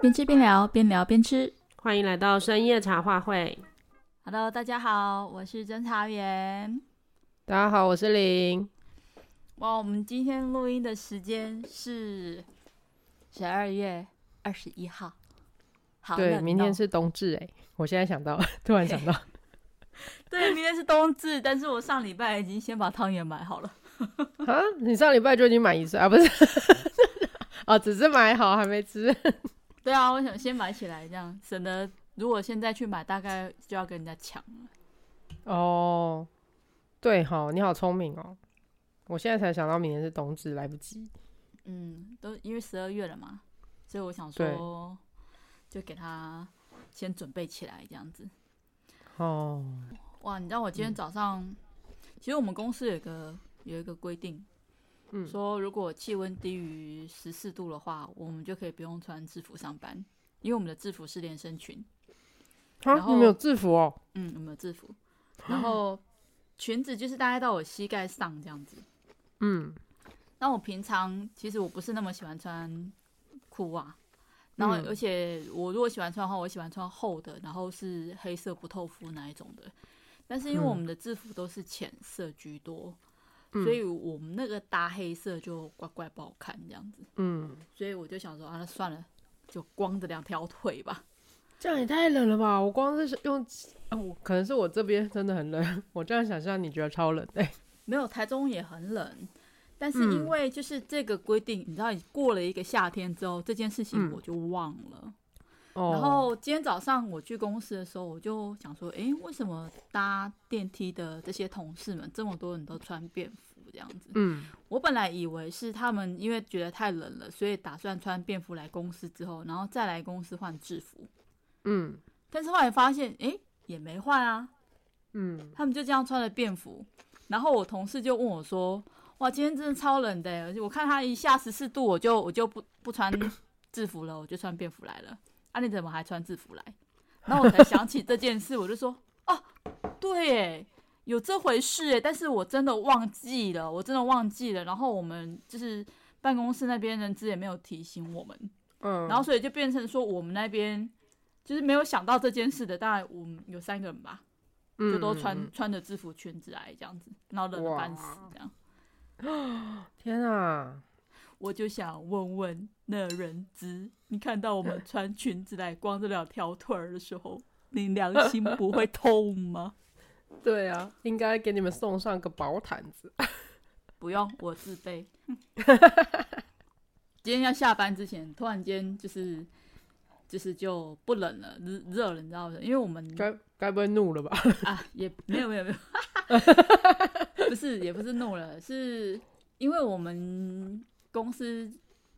边吃边聊，边聊边吃。欢迎来到深夜茶话会。 Hello，大家好，我是侦查员。大家好，我是林。哇，我们今天录音的时间是十二月二十一号。好冷对，哦明天是冬至 哎，我现在想到，突然想到， 对，明天是冬至，但是我上礼拜已经先把汤圆买好了。 啊，你上礼拜就已经买一次啊，不是？ 哦，只是买好还没吃。 对啊，我想先买起来，这样省得如果现在去买，大概就要跟人家抢了。哦，对哈，你好聪明哦。我现在才想到明天是冬至，来不及。嗯，都因为十二月了嘛，所以我想对说，就给他先准备起来，这样子。哦，哇，你知道我今天早上，其实我们公司有一个有一个规定，嗯说如果气温低于十四度的话，我们就可以不用穿制服上班，因为我们的制服是连身裙，啊，然你们后有制服哦？嗯，我们的制服，然后裙子就是大概到我膝盖上这样子。嗯，那我平常其实我不是那么喜欢穿裤袜，然后嗯而且我如果喜欢穿的话，我喜欢穿厚的，然后是黑色不透肤那一种的。但是因为嗯我们的制服都是浅色居多，嗯所以我们那个搭黑色就怪怪不好看这样子，嗯，所以我就想说啊，那算了，就光着两条腿吧。这样也太冷了吧！我光是用，啊、我可能是我这边真的很冷， 我这样想象你觉得超冷哎、没有，台中也很冷，但是因嗯为就是这个规定，你知道，过了一个夏天之后，这件事情嗯我就忘了。哦，然后今天早上我去公司的时候，我就想说，诶，为什么搭电梯的这些同事们这么多人都穿便服这样子？嗯我本来以为是他们因为觉得太冷了，所以打算穿便服来公司之后，然后再来公司换制服。嗯但是后来发现，诶，也没换啊，嗯，他们就这样穿了便服。然后我同事就问我说：“哇，今天真的超冷的耶，欸而且我看他一下十四度，我就我就不不穿制服了，我就穿便服来了。啊，你怎么还穿制服来？”然后我才想起这件事，我就说：“哦、对耶，有这回事耶，但是我真的忘记了，我真的忘记了。然后我们就是办公室那边人资也没有提醒我们，嗯然后所以就变成说我们那边就是没有想到这件事的，大概我们有三个人吧。”就都穿、嗯嗯嗯穿着制服裙子来这样子，然后冷得半死这样。天啊，我就想问问那人资，你看到我们穿裙子来光着两条腿儿的时候，你良心不会痛吗？对啊，应该给你们送上个薄毯子。 不用，我自卑。 今天要下班之前，突然间就是就是就不冷了，热热了，你知道吗？因为我们该该不会怒了吧？ 啊，也 没有没有没有，不是也不是弄了，是因为我们公司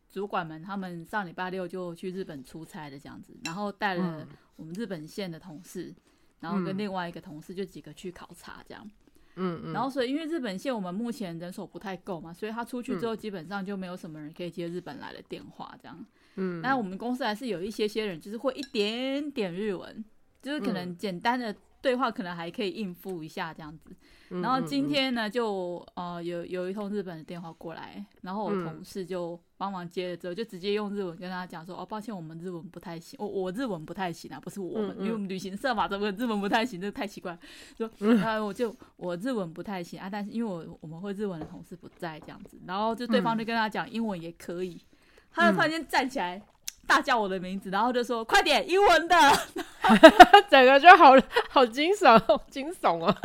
主管们他们上礼拜六就去日本出差的这样子，然后带了嗯我们日本线的同事，然后跟嗯另外一个同事就几个去考察这样，嗯嗯，然后所以因为日本线我们目前人手不太够嘛，所以他出去之后基本上就没有什么人可以接日本来的电话这样，嗯，那我们公司还是有一些些人，就是会一点点日文，就是可能简单的对话，可能还可以应付一下这样子。嗯然后今天呢，就呃有有一通日本的电话过来，然后我嗯同事就帮忙接了之后，就直接用日文跟他讲说：“哦，抱歉，我们日文不太行，我我日文不太行啊，不是我们，嗯嗯因为我们旅行社嘛，怎么日文不太行，这太奇怪。”说嗯啊，我就我日文不太行啊，但是因为我我们会日文的同事不在这样子，然后就对嗯方就跟他讲英文也可以，他就突然间站起来。大叫我的名字，然后就说：“快点，英文的！”他整个就好好惊悚， 好惊悚啊！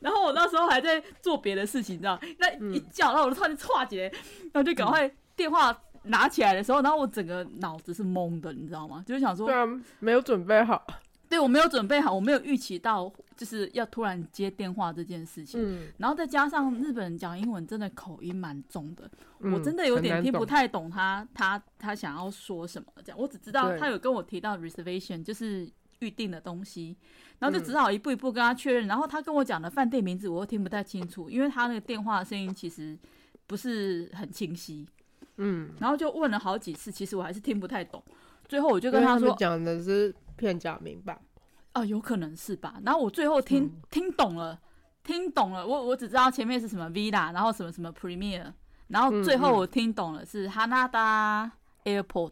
然后我那时候还在做别的事情，你知道，那嗯一叫，然后我就突然间歘起来，然后就赶快电话拿起来的时候，然后我整个脑子是懵的，你知道吗？就是想说对，啊，没有准备好。对我没有准备好，我没有预期到就是要突然接电话这件事情。嗯，然后再加上日本人讲英文真的口音蛮重的，我嗯真的有点听不。很难懂太懂他他他想要说什么，这样我只知道对他有跟我提到 reservation 就是预定的东西，然嗯后就只好一步一步跟他确认，然后他跟我讲的饭店名字我又听不太清楚，因为他那个电话的声音其实不是很清晰，嗯，然后就问了好几次，其实我还是听不太懂，最后我就就跟他说讲的是片假名吧。啊，有可能是吧。然后我最后听、听懂了，听懂了，我我只知道前面是什么 Villa，然后什么什么嗯 Premier，然后最后我听懂了是 Hanada Airport，、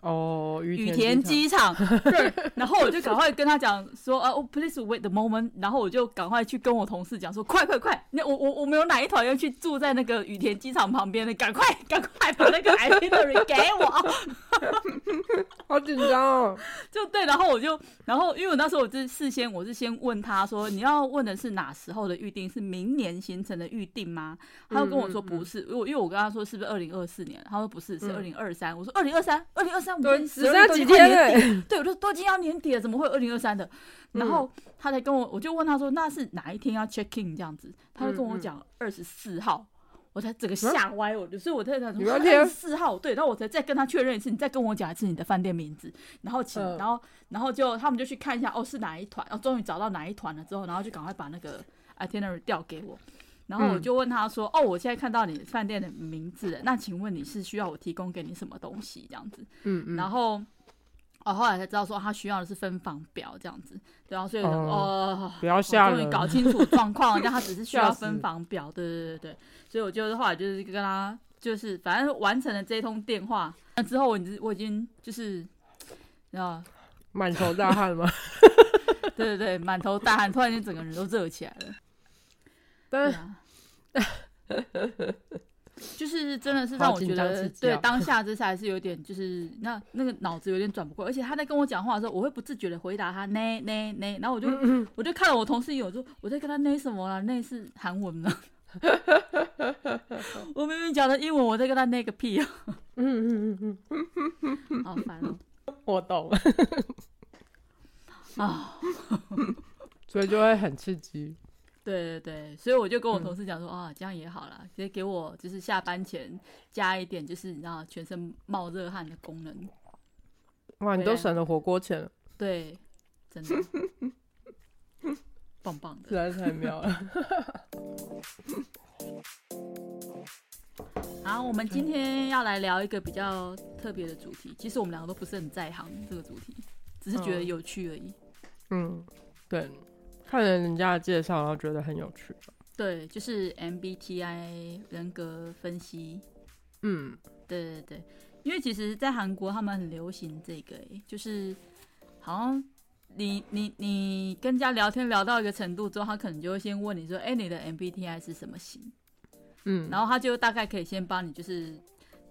哦，羽羽田机机场， 对，然后我就赶快跟他讲说，啊，哦，please wait the moment，然后我就赶快去跟我同事讲说，快快快，那我我我们有哪一团要去住在那个羽田机场旁边的，赶快赶快把 那个 itinerary 给我，场好紧张哦。就对，然后我就，然后因为我那时候我是事先我是先问他说，你要问的是哪时候的预定，是明年行程的预定吗？他就跟我说嗯嗯嗯不是，因为我因为我跟他说是不是二零二四年，他说不是，是二嗯零二三，我说二零二三，二零二三，我对们只剩下几天了欸了。对，我就都已经要年底了，怎么会二零二三的？然嗯后他才跟我，我就问他说那是哪一天要 check in 这样子，他就跟我嗯嗯啊讲二十四号，我才整个吓歪我，所以我在想你说要二贴十四号，对，然后我才再跟他确认一次，你再跟我讲一次你的饭店名字，然后请，嗯然后然后就他们就去看一下，哦是哪一团，哦终于找到哪一团了之后，然后就赶快把那个 itinerary 调给我。然后我嗯就问他说：“哦，我现在看到你饭店的名字了，那请问你是需要我提供给你什么东西？”这样子，嗯嗯，然后哦，后来才知道说他需要的是分房表这样子，对啊，所以我想说哦，不要我吓终于人，搞清楚状况，但他只是需吓要死分房表，对对对对，所以我就是后来就是跟他就是反正完成了这通电话，那之后我已经我已经就是。啊，满头大 汗吗？对对对，满头大汗，突然间整个人都热起来了。对但啊， 就是真的是好让我紧觉张得刺激对啊当下这才是有点就是那那个脑子有点转不过来，而且他在跟我讲话的时候，我会不自觉的回答他呢呢呢，然后我就、嗯我就看了我同事一眼，我说我在跟他呢什么啦，呢是韩文 吗？我明明讲的英文，我在跟他那个屁啊，嗯嗯嗯好烦哦、嗯，我懂， 啊！所以就会很刺激。对对对，所以我就跟我同事讲说、啊，这样也好啦，直接给我就是下班前加一点，就是你知道全身冒热汗的功能。哇，你回都来省了火锅钱了，对，真的棒棒实的。在是太妙了。好，我们今天要来聊一个比较特别的主题。其实我们两个都不是很在行这个主题，只是觉得嗯有趣而已。嗯，对，看了人家的介绍，然后觉得很有趣。对，就是 MBTI 人格分析。嗯，对对对，因为其实，在韩国他们很流行这个、欸，就是好像你你你跟人家聊天聊到一个程度之后，他可能就会先问你说：“哎、你的 MBTI 是什么型？”嗯，然后他就大概可以先帮你，就是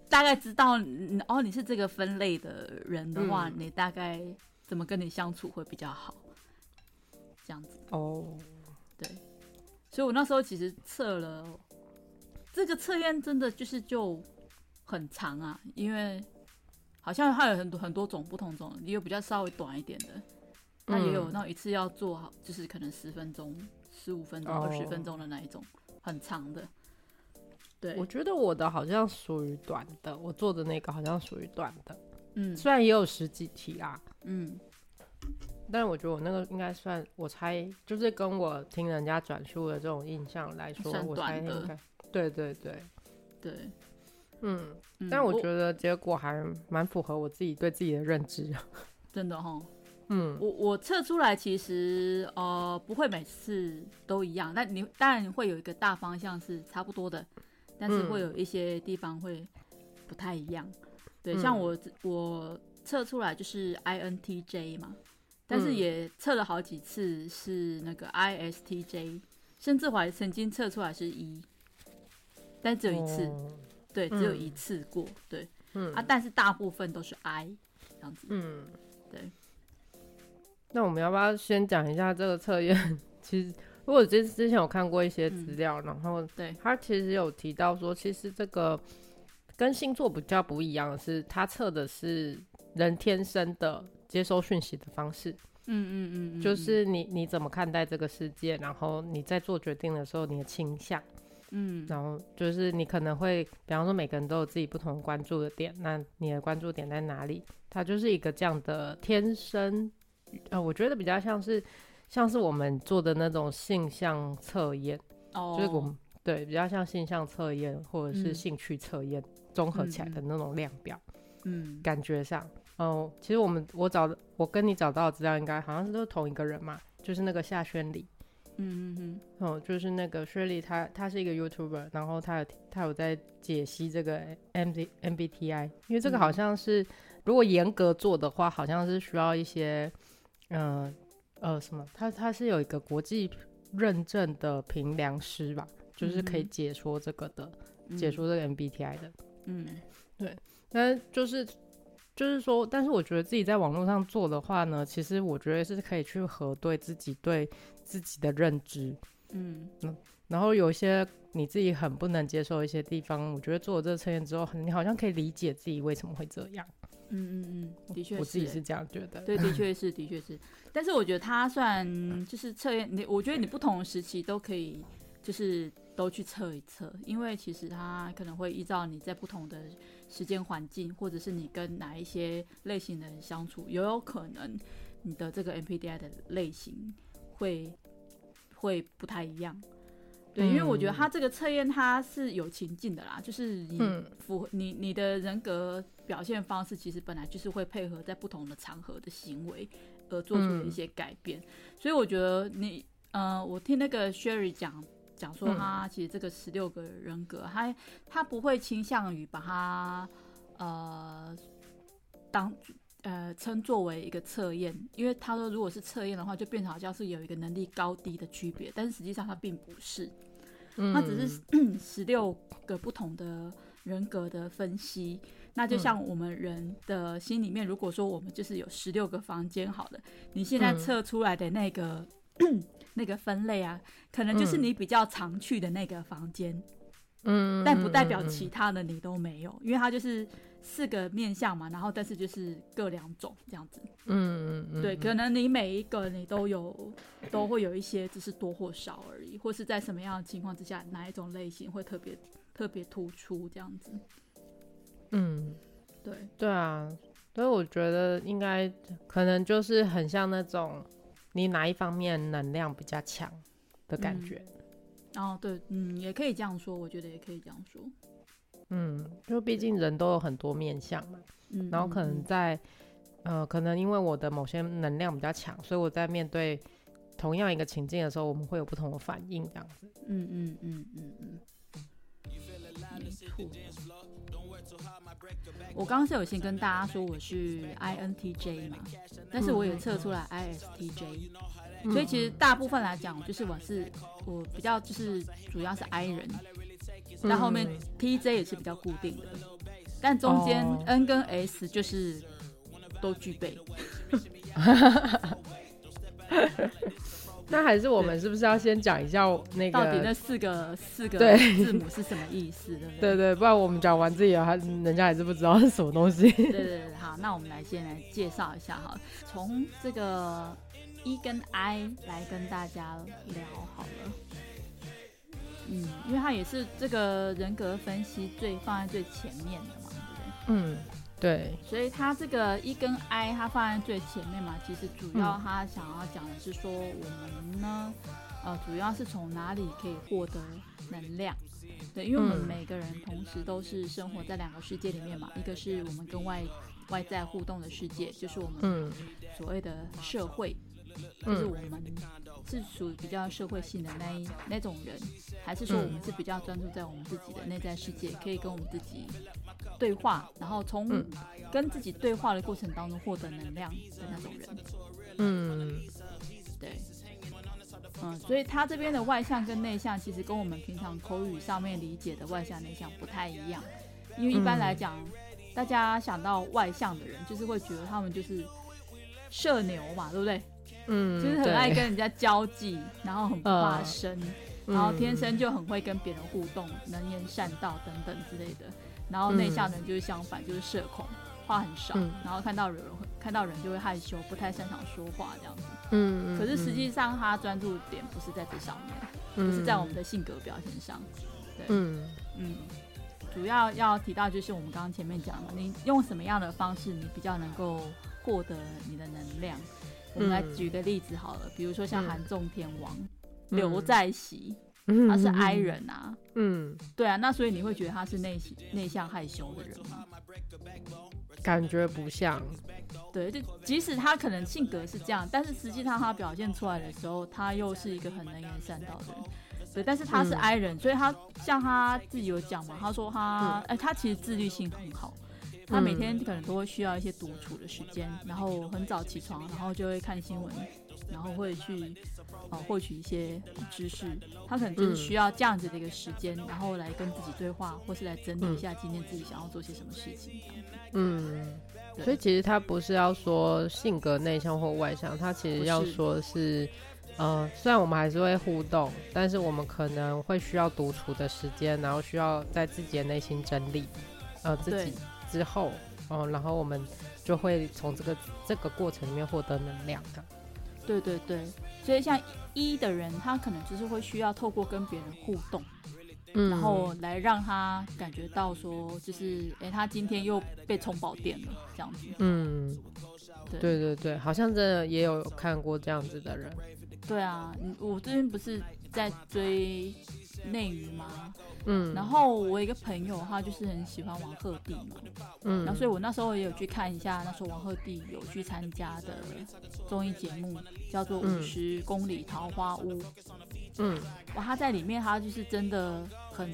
大概知道嗯哦你是这个分类的人的话，嗯你大概怎么跟你相处会比较好，这样子。哦，所以我那时候其实测了这个测验，真的就是就很长啊，因为好像它有很多很多种不同种，也有比较稍微短一点的，那也有嗯那种一次要做好，就是可能十分钟、十五分钟、哦二十分钟的那一种，很长的。对，我觉得我的好像属于短的，我做的那个好像属于短的，嗯虽然也有十几题啦，嗯但我觉得我那个应该算，我猜就是跟我听人家转述的这种印象来说，算我猜短的应该，对对对，对。嗯，嗯但我觉得结果还蛮符合我自己对自己的认知。啊真的哈，嗯，我我测出来其实呃不会每次都一样，但你当然会有一个大方向是差不多的，但是嗯会有一些地方会不太一样。对，嗯像我我测出来就是 INTJ 嘛，但嗯是也测了好几次是那个 ISTJ，甚至我还曾经测出来是 E，但只有一次，哦对，只有嗯一次过，对嗯啊，但是大部分都是 I 这样子，嗯，对。那我们要不要先讲一下这个测验？ 其实，因为我之之前有看过一些嗯资料，然后对他其实有提到说，其实这个跟星座比较不一样的是，他测的是人天生的接收讯息的方式，嗯嗯嗯嗯，就嗯是你你怎么看待这个世界，然后你在做决定的时候你的倾向。嗯然后就是你可能会，比方说每个人都有自己不同关注的点，那你的关注点在哪里？它就是一个这样的天生，呃，我觉得比较像是像是我们做的那种性向测验，哦，就是我们对比较像性向测验或者嗯是兴趣测验、综合起来的那种量表，嗯感觉上，哦、其实我们我找的我跟你找到的资料应该好像是都是同一个人嘛，就是那个夏宣礼，嗯嗯哦，就是那个 Shirley，她她是一个 YouTuber，然后她有她有在解析这个 M B M B T I，因为这个嗯好像是、如果严格做的话，好像是需要一些，嗯呃什么，它它是有一个国际认证的评量师吧，就是可以嗯哼解说这个的，嗯，解说这个 M B T I 的。嗯但就是就是说，但是我觉得自己在网络上做的话呢，其实我觉得是可以去核对自己对自己的认知，嗯然后有一些你自己很不能接受的一些地方，我觉得做了这个测验之后，你好像可以理解自己为什么会这样。嗯嗯嗯，的确，我自己欸是这样觉得。对，的确是，的确是。但是我觉得它嗯算就是测验你，我觉得你不同的时期都可以，就是都去测一测，因为其实它可能会依照你在不同的时间环境，或者是你跟哪一些类型的人相处，也有可能你的这个 MPDI 的类型会会不太一样。对，因为我觉得嗯它这个测验它是有情境的啦，就是你嗯符合你你的人格表现方式，其实本来就是会配合在不同的场合的行为而做出的一嗯些改变。所以我觉得你，呃，我听那个 Sherry 讲讲说，嗯他其实这个十六个人格，他他不会倾向于把它呃当呃称作为一个测验，因为他说如果是测验的话，就变成好像是有一个能力高低的区别，但是实际上它并不是。嗯它只是十六个不同的人格的分析。那嗯就像我们人的心里面，如果说我们就是有十六个房间，好了，你现在嗯测出来的那个、 那个分类啊，可能就是嗯你比较常去的那个房间，嗯但不代表其他的你都没有，因为它就是四个面向嘛，然后但是就是各两种这样子。嗯嗯嗯对，可能你每一个你都有，都会有一些，只是多或少而已，或是在什么样的情况之下，哪一种类型会特别特别突出这样子。嗯对，对啊，所以我觉得应该可能就是很像那种你哪一方面能量比较强的感嗯觉。然后对，嗯，也可以这样说，我觉得也可以这样说。嗯，就毕竟人都有很多面相嘛，嗯，然后可能嗯在，呃，可能因为我的某些能量比较强，所以我在面对同样一个情境的时候，我们会有不同的反应，这样子。嗯嗯嗯嗯嗯，没错。我刚刚是有先跟大家说我是 INTJ 嘛，但是嗯我也测出来 ISTJ，、所以其实大部分来讲，就是我是我比较就是主要是 I 人，嗯但后面 TJ 也是比较固定的，但中间哦 N 跟 S 就是都具备。那还是我们是不是要先讲一下那到底那个？四个四个对字母是什么意思？对不对对？对，不然我们讲完自己的，还人家还是不知道是什么东西。对对对，好，那我们来先来介绍一下哈，从这个一跟 I 来跟大家聊好了。嗯，因为它也是这个人格分析最放在最前面的嘛，对不对？ 嗯，对，所以它这个一跟 I 它放在最前面嘛，其实主要嗯它想要讲的是说我们呢，呃，主要是从哪里可以获得能量。对，因为我们嗯每个人同时都是生活在两个世界里面嘛，一个是我们跟外外在互动的世界，就是我们嗯所谓的社会，就是嗯我们是属于比较社会性的那一那种人，还是说我们是比较专注在我们自己的内在世界，可以跟我们自己对话，然后从嗯跟自己对话的过程当中获得能量的那种人。嗯对，嗯，所以他这边的外向跟内向，其实跟我们平常口语上面理解的外向内向不太一样，因为一般来嗯讲，大家想到外向的人，就是会觉得他们就是社牛嘛，对不对？嗯，就是很对爱跟，人家交际，然后很不怕呃生，然后天嗯生就很会跟别人互动，能言善道等等之类的。然后内向的人就是相反，就是社恐，话很少，嗯然后看到人会看到人就会害羞，不太擅长说话这样子。嗯，嗯可是实际上，他专注点不是在这上面，嗯不是在我们的性格表现上。嗯嗯，主要要提到就是我们刚刚前面讲的，你用什么样的方式，你比较能够获得你的能量。我们来嗯举个例子好了，比如说像嗯韩仲天王、嗯刘在熙，嗯他是 I，人啊，嗯，对啊，那所以你会觉得他是内向内向害羞的人吗？感觉不像，对，就即使他可能性格是这样，但是实际上他表现出来的时候，他又是一个很能言善道的人。对，但是他是嗯 I 人，所以他像他自己有讲嘛，他说他哎、他其实自律性很好，他每嗯天可能都会需要一些独处的时间，然后很早起床，然后就会看新闻，然后会去哦获取一些知识。他可能就是嗯需要这样子的一个时间，然后来跟自己对话，或是来整理一下今天自己想要做些什么事情。这样子嗯，对所以其实他不是要说性格内向或外向，他其不实要是说是，呃，虽然我们还是会互动，但是我们可能会需要独处的时间，然后需要在自己的内心整理，呃，自对己之后，哦、然后我们就会从这个这个过程里面获得能量感。对对对，所以像一的人，他可能就是会需要透过跟别人互动，嗯然后来让他感觉到说，就是哎、诶他今天又被充饱电了这样子。嗯，对对对对，好像真的也有看过这样子的人。对啊，嗯我最近不是在追内娱吗？嗯，然后我有一个朋友，他就是很喜欢王鹤棣嘛，嗯，然后所以我那时候也有去看一下，那时候王鹤棣有去参加的综艺节目，叫做《五嗯十公里桃花坞》。嗯哇，他在里面他就是真的很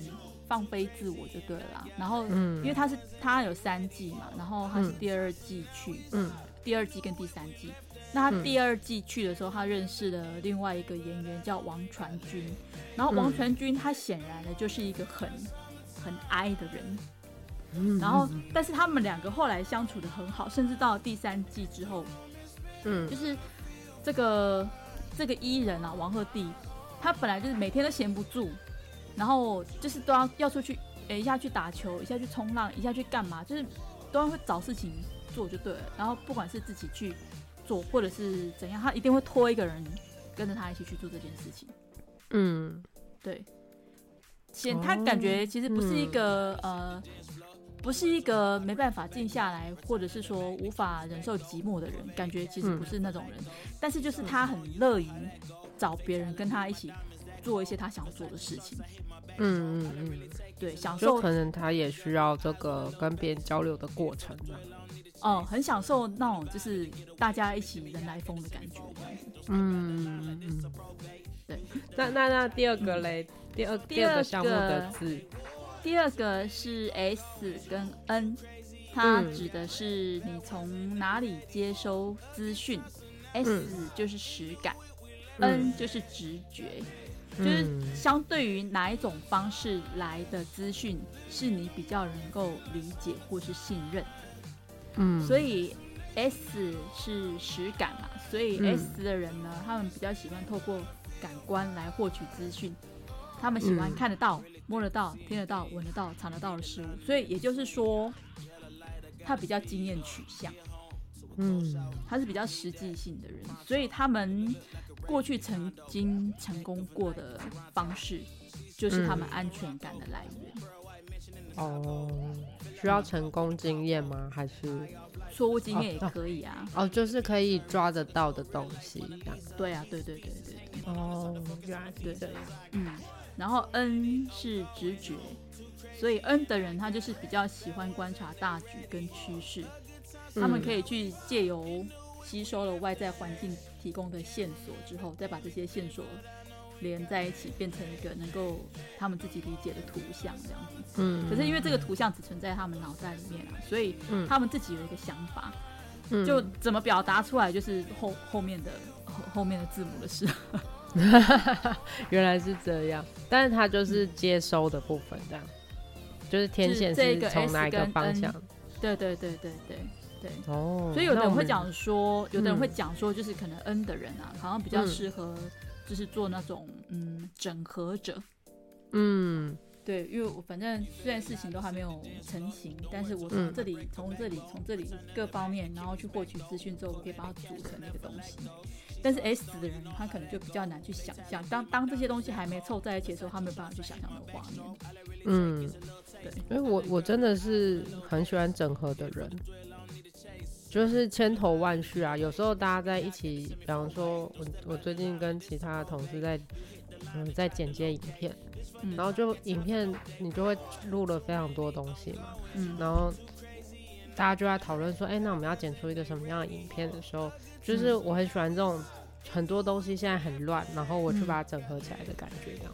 放飞自我就对了啦。然后嗯，因为他是他有三季嘛，然后他是嗯第二季去，嗯第二季跟第三季。那他嗯第二季去的时候，他认识了另外一个演员叫王传君，然后王嗯传君他显然的就是一个很很 I 的人，嗯，然后但是他们两个后来相处的很好，甚至到了第三季之后，嗯就是这个这个伊人啊，王鹤棣，他本来就是每天都闲不住，然后就是都要要出去，呃一下去打球，一下去冲浪，一下去干嘛，就是都会找事情做就对了。然后不管是自己去做，或者是怎样，他一定会拖一个人跟着他一起去做这件事情。嗯对，显哦嗯他感觉其实不是一个、呃，不是一个没办法静下来，或者是说无法忍受寂寞的人，感觉其实嗯不是那种人。但是就是他很乐于找别人跟他一起做一些他想做的事情，嗯嗯嗯。对，享就受可能他也需要这个跟别人交流的过程啊。嗯，很享受那种就是大家一起人来疯的感觉这样子。嗯，对。那那那第二个嘞，第二第第二二个项目的个字，第二个是 S 跟 N，它嗯指的是你从哪里接收资讯、s 就是实感、n 就是直觉，就是嗯相对于哪一种方式来的资讯是你比较能够理解或是信任，嗯所以 S 是实感嘛，所以嗯 S 的人呢，他们比较喜欢透过感官来获取资讯，他们喜欢嗯看得到、摸得到、听得到、闻得到、尝得到的事物，所以也就是说，他比较经验取向，嗯他是比较实际性的人，所以他们过去曾经成功过的方式，就是他们嗯安全感的来源。哦，需要成功经验吗？还是错误经验也哦哦可以啊，哦，就是可以抓得到的东西这样？对啊，对对对对对。哦，原来是这样。嗯，然后 N 是直觉，所以 N 的人他就是比较喜欢观察大局跟趋势，他们可以去借由吸收了外在环境提供的线索之后，再把这些线索连在一起，变成一个能够他们自己理解的图像这样子。嗯，可是因为这个图像只存在他们脑袋里面啊，所以嗯他们自己有一个想法，嗯就怎么表达出来就是后后面的后后面的字母的事。原来是这样，但是它就是接收的部分这样，就是天线就是这是个从 S 哪一个跟方 N 向？对对对对对对。哦，所以有的那人我会们讲说，有的人会嗯讲说，就是可能 N 的人啊，好像比较嗯适合就是做那种嗯整合者。嗯对，因为我反正虽然事情都还没有成型，但是我从嗯这里、从这里、从这里各方面，然后去获取资讯之后，我可以把它组成一个东西。但是 S 的人，他可能就比较难去想象，当当这些东西还没凑在一起的时候，他没有办法去想象那个画面。嗯，对，因为我我真的是很喜欢整合的人，就是千头万绪啊。有时候大家在一起，比方说我我最近跟其他同事在嗯在剪接影片，嗯然后就影片你就会录了非常多东西嘛，嗯然后大家就在讨论说，哎、那我们要剪出一个什么样的影片的时候，就是我很喜欢这种很多东西现在很乱，然后我去嗯把它整合起来的感觉这样。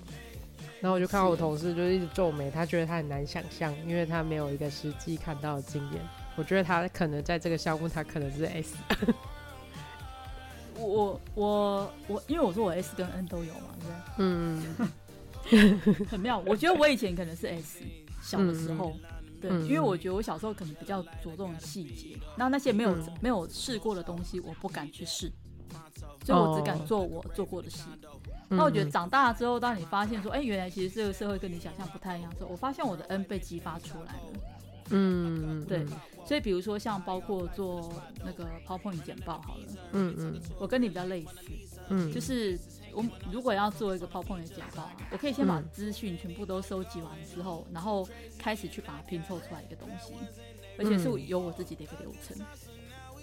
然后我就看到我同事就一直皱眉，他觉得他很难想象，因为他没有一个实际看到的经验。我觉得他可能在这个项目，他可能是 S。我我我我，因为我说我 S 跟 N 都有嘛，对不对？嗯，很妙，我觉得我以前可能是 S，小的时候。对，嗯因为我觉得我小时候可能比较着重细节，然后那些没有、嗯没有试过的东西，我不敢去试，所以我只敢哦做我做过的事。嗯那我觉得长大之后，当你发现说，哎、原来其实这个社会跟你想象不太一样之后，我发现我的 N 被激发出来了。嗯，嗯，对所以比如说像包括做那个 PowerPoint 简报好了，嗯嗯我跟你比较类似，嗯，就是是我们如果要做一个 PowerPoint 的简报啊，我可以先把嗯资讯全部都收集完之后，然后开始去把它拼凑出来一个东西，而且是嗯有我自己的一个流程。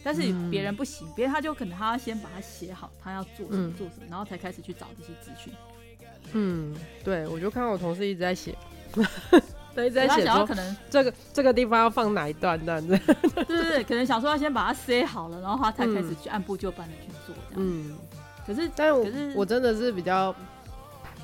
但是别人不行，别人他就可能他要先把它写好，他要做什么嗯做什么，然后才开始去找这些资讯。嗯，对，我就看到我同事一直在写， 他一直在可他想写要说可能这个这个地方要放哪一段这样子。对对对，可能想说要先把它塞好了，然后他才开始去按部就班的去做这样。嗯，可是但是我可是我真的是比较，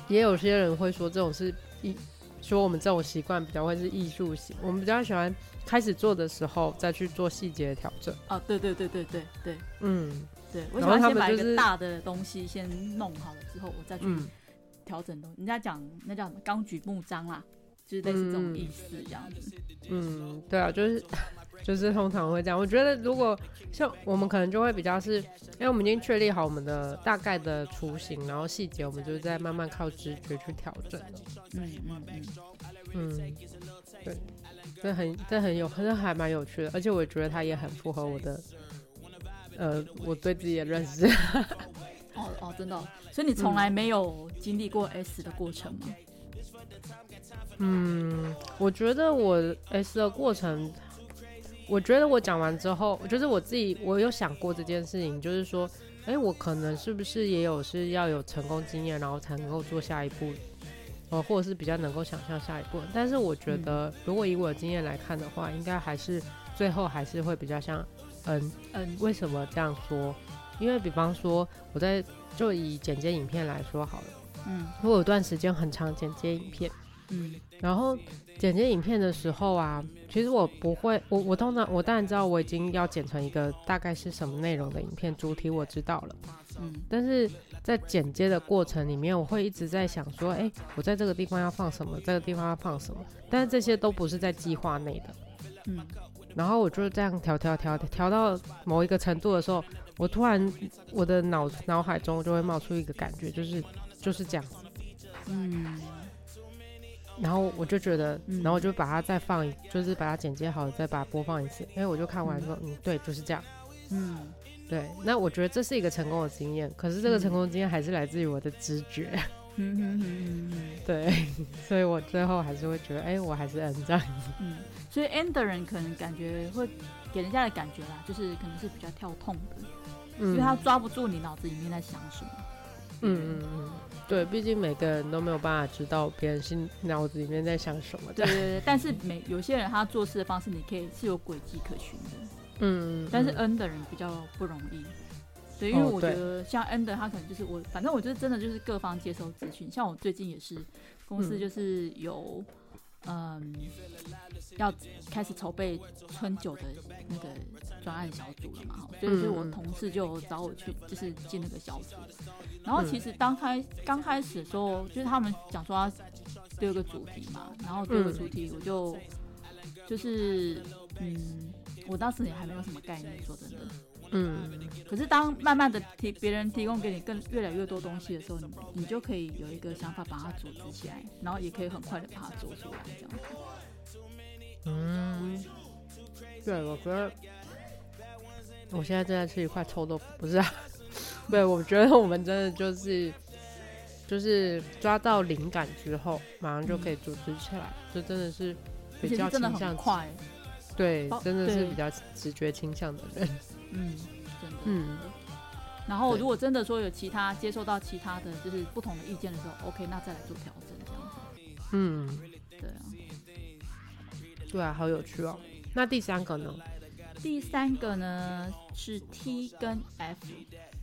也有些人会说这种是艺，说我们这种习惯比较会是艺术型，我们比较喜欢开始做的时候再去做细节的调整。啊，对对对对对对嗯对，我然喜后欢他先们把一就个是大的东西先弄好了之后，我再去嗯调整东西。人家讲那叫什么纲举目张啦，就是类似这种嗯意思这样子。嗯，对啊，就是 就是通常会这样。我觉得如果像我们可能就会比较是，因为我们已经确立好我们的大概的雏形，然后细节我们就是在慢慢靠直觉去调整了。嗯嗯嗯，嗯，对，这很这很有，这还蛮有趣的，而且我觉得它也很符合我的，呃，我对自己的认识。哦哦，真的哦、所以你从来没有经历过 S 的过程吗？嗯，我觉得我 S 的过程，我觉得我讲完之后，就是我自己，我有想过这件事情，就是说，哎，我可能是不是也有是要有成功经验，然后才能够做下一步，呃，或者是比较能够想象下一步。但是我觉得，如果以我的经验来看的话，应该还是最后还是会比较像 N。嗯为什么这样说？因为比方说，我在就以剪接影片来说好了，嗯我有段时间很常剪接影片。嗯然后剪接影片的时候啊，其实我不会，我我通常我当然知道我已经要剪成一个大概是什么内容的影片，主题我知道了，嗯但是在剪接的过程里面，我会一直在想说，哎，我在这个地方要放什么，这个地方要放什么，但是这些都不是在计划内的。嗯然后我就这样调调调调到某一个程度的时候，我突然我的脑脑海中就会冒出一个感觉，就是就是这样子。嗯然后我就觉得，嗯然后我就把它再放一，就是把它剪接好，再把它播放一次。因为我就看完嗯说，嗯，对，就是这样。嗯，对，那我觉得这是一个成功的经验，可是这个嗯成功的经验还是来自于我的直觉，嗯嗯嗯嗯。 对，所以我最后还是会觉得，哎、我还是 N 这样，嗯，所以 N 的人可能感觉会给人家的感觉啦，就是可能是比较跳痛的，因因为他抓不住你脑子里面在想什么。嗯嗯嗯嗯，对，毕竟每个人都没有办法知道别人心脑子里面在想什么，对对对，但是每有些人他做事的方式，你可以是有轨迹可循的，嗯，嗯但是呃嗯 N 的人比较不容易。对，因为哦我觉对得像 N 的他可能就是我，反正我就是真的就是各方接收资讯。像我最近也是，公司嗯就是有嗯要开始筹备春酒的那个专案小组了嘛，哈所以所以我嗯嗯同事就找我去，就是进那个小组。然后嗯其实刚开刚开始的时候，就是他们讲说要丢一个主题嘛，然后丢一个嗯主题，我就、就是嗯，我当时也还没有什么概念，说真的。嗯可是当慢慢的提别人提供给你更越来越多东西的时候，你你就可以有一个想法把它组织起来，然后也可以很快的把它做出来，这样子。嗯，对，我觉得我现在正在吃一块臭豆腐，不是、啊？对，我觉得我们真的就是就是抓到灵感之后，马上就可以组织起来，这真的是而比且较是真的倾向很，快，对哦，真的是对比较直觉倾向的人，嗯，真的。嗯然后对如果真的说有其他接受到其他的就是不同的意见的时候，OK，那再来做调整，这样子。嗯，对啊，对啊，好有趣哦。那第三个呢？第三个呢是 T 跟 F，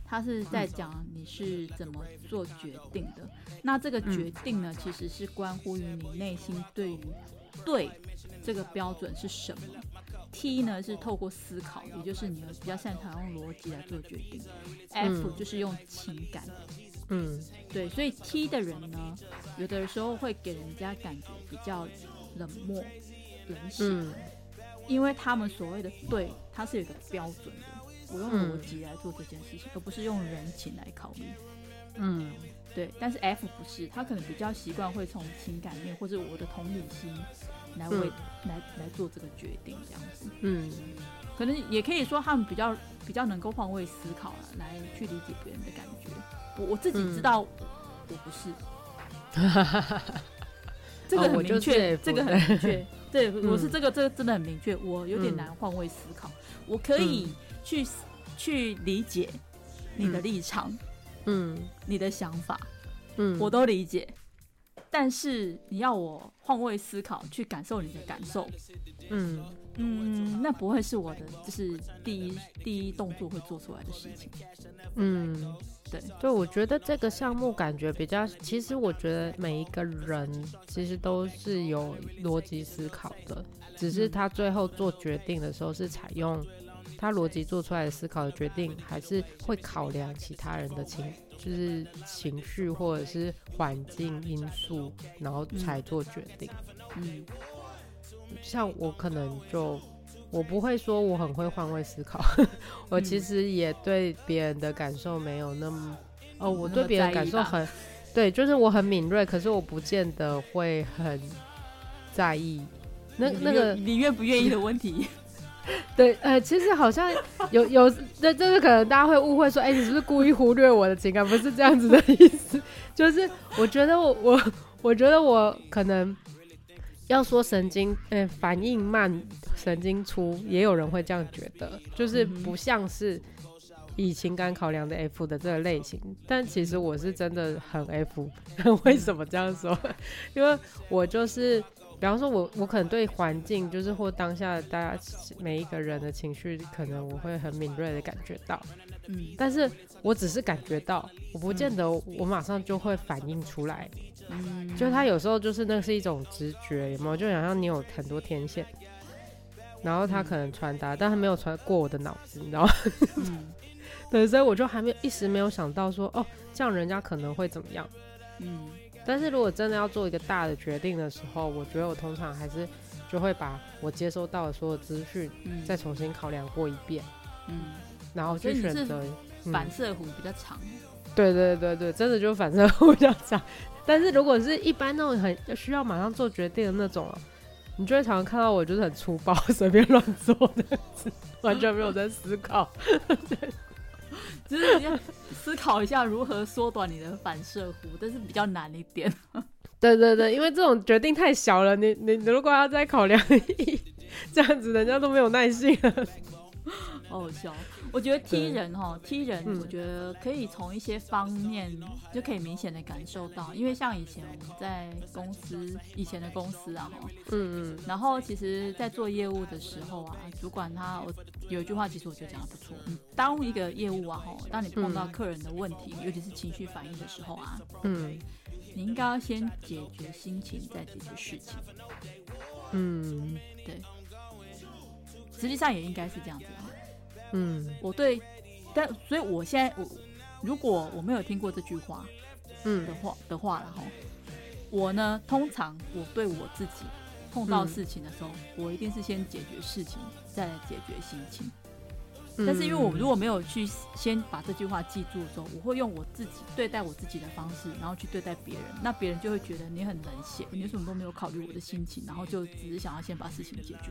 它是在讲你是怎么做决定的。那这个决定呢，其实是关乎于你内心对于对这个标准是什么。T 呢是透过思考，也就是你比较擅长用逻辑来做决定。F 嗯就是用情感，嗯对，所以 T 的人呢，有的时候会给人家感觉比较冷漠、冷血。嗯因为他们所谓的对，它是有一个标准的，我用逻辑来做这件事情，而不是用人情来考虑。嗯对，但是 F 不是，他可能比较习惯会从情感面或者我的同理心来为、来来做这个决定，这样子，嗯可能也可以说他们比较比较能够换位思考了，来去理解别人的感觉。我我自己嗯知道我、我不 是，这个哦我很就明是确， F，这个很明确。 对，我是嗯这个，这个真的很明确。我有点嗯难换位思考，我可以去、去理解你的嗯立场、嗯你的想法，嗯，我都理解。但是你要我换位思考，去感受你的感受，嗯嗯，那不会是我的，就是第一第一动作会做出来的事情。嗯，对，对，我觉得这个项目感觉比较，其实我觉得每一个人其实都是有逻辑思考的，只是嗯他最后做决定的时候是采用他逻辑做出来的思考的决定，还是会考量其他人的情，就是情绪或者是环境因素，然后嗯才做决定。嗯，像我可能就我不会说我很会换位思考， 我其嗯实也对别人的感受没有那么哦，我嗯那对么别人在感意受吧很对，就是我很敏锐，可是我不见得会很在意。那你那愿个你愿不愿意的问题，对，呃，其实好像有有，这这是可能大家会误会说，哎、你是不是故意忽略我的情感？不是这样子的意思，就是我觉得我我 我觉得我可能要说神经，呃，反应慢，神经粗，也有人会这样觉得，就是嗯哼不像是以情感考量的 F 的这个类型，但其实我是真的很 F。为 什么这样说？ 因为我就是，比方说我我可能对环境，就是或当下大家每一个人的情绪，可能我会很敏锐的感觉到，嗯但是我只是感觉到，我不见得我马上就会反应出来。嗯， 就他有时候就是那是一种直觉，有没有？就想像你有很多天线，然后他可能传达，但他没有传过我的脑子，你知道吗？嗯对，所以我就还没有一时没有想到说，哦，这样人家可能会怎么样。嗯但是如果真的要做一个大的决定的时候，我觉得我通常还是就会把我接收到的所有资讯 嗯，再重新考量过一遍，嗯然后所以去你选是择、嗯反射弧比较长，对对对对，真的就反正 我比较长。但是如果是一般那种很需要马上做决定的那种啊，你就会常常看到我就是很粗暴， 随便乱做的，完全没有在思考。就是你要思考一下如何缩短你的反射弧，但是比较难一点。对对对，因为这种决定太小了，你你你如果要再考量这样子，人家都没有耐心了。好好笑。我觉得 T 对人哈，T 人，嗯我觉得可以从一些方面就可以明显的感受到，因为像以前我们在公司，以前的公司啊哈，嗯然后其实，在做业务的时候啊，主管他我有一句话，其实我觉得讲的不错，嗯，当一个业务啊哈，当你碰到嗯客人的问题，尤其是情绪反应的时候啊，嗯你应该要先解决心情，再解决事情。嗯实际上也应该是这样子啊。嗯我对，但所以我现在我如果我没有听过这句话嗯的话的话然后我呢通常我对我自己碰到嗯事情的时候，我一定是先解决事情，再来解决心情。嗯但是因为我如果没有去先把这句话记住的时候，我会用我自己对待我自己的方式，然后去对待别人，那别人就会觉得你很冷血，你为什么都没有考虑我的心情，然后就只是想要先把事情解决。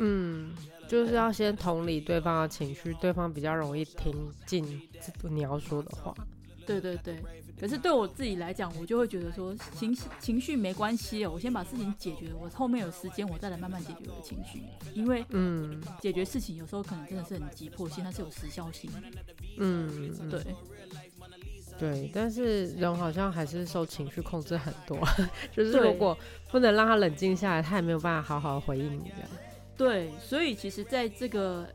嗯，就是要先同理对方的情绪，对方比较容易听进你要说的话。对对对，可是对我自己来讲，我就会觉得说情绪情绪没关系哦，我先把事情解决，我后面有时间我再来慢慢解决我的情绪，因为嗯解决事情有时候可能真的是很急迫性，它是有时效性的。嗯，嗯对，对，但是人好像还是受情绪控制很多，就是对如果不能让他冷静下来，他也没有办法好好回应你的。对，所以其实在这个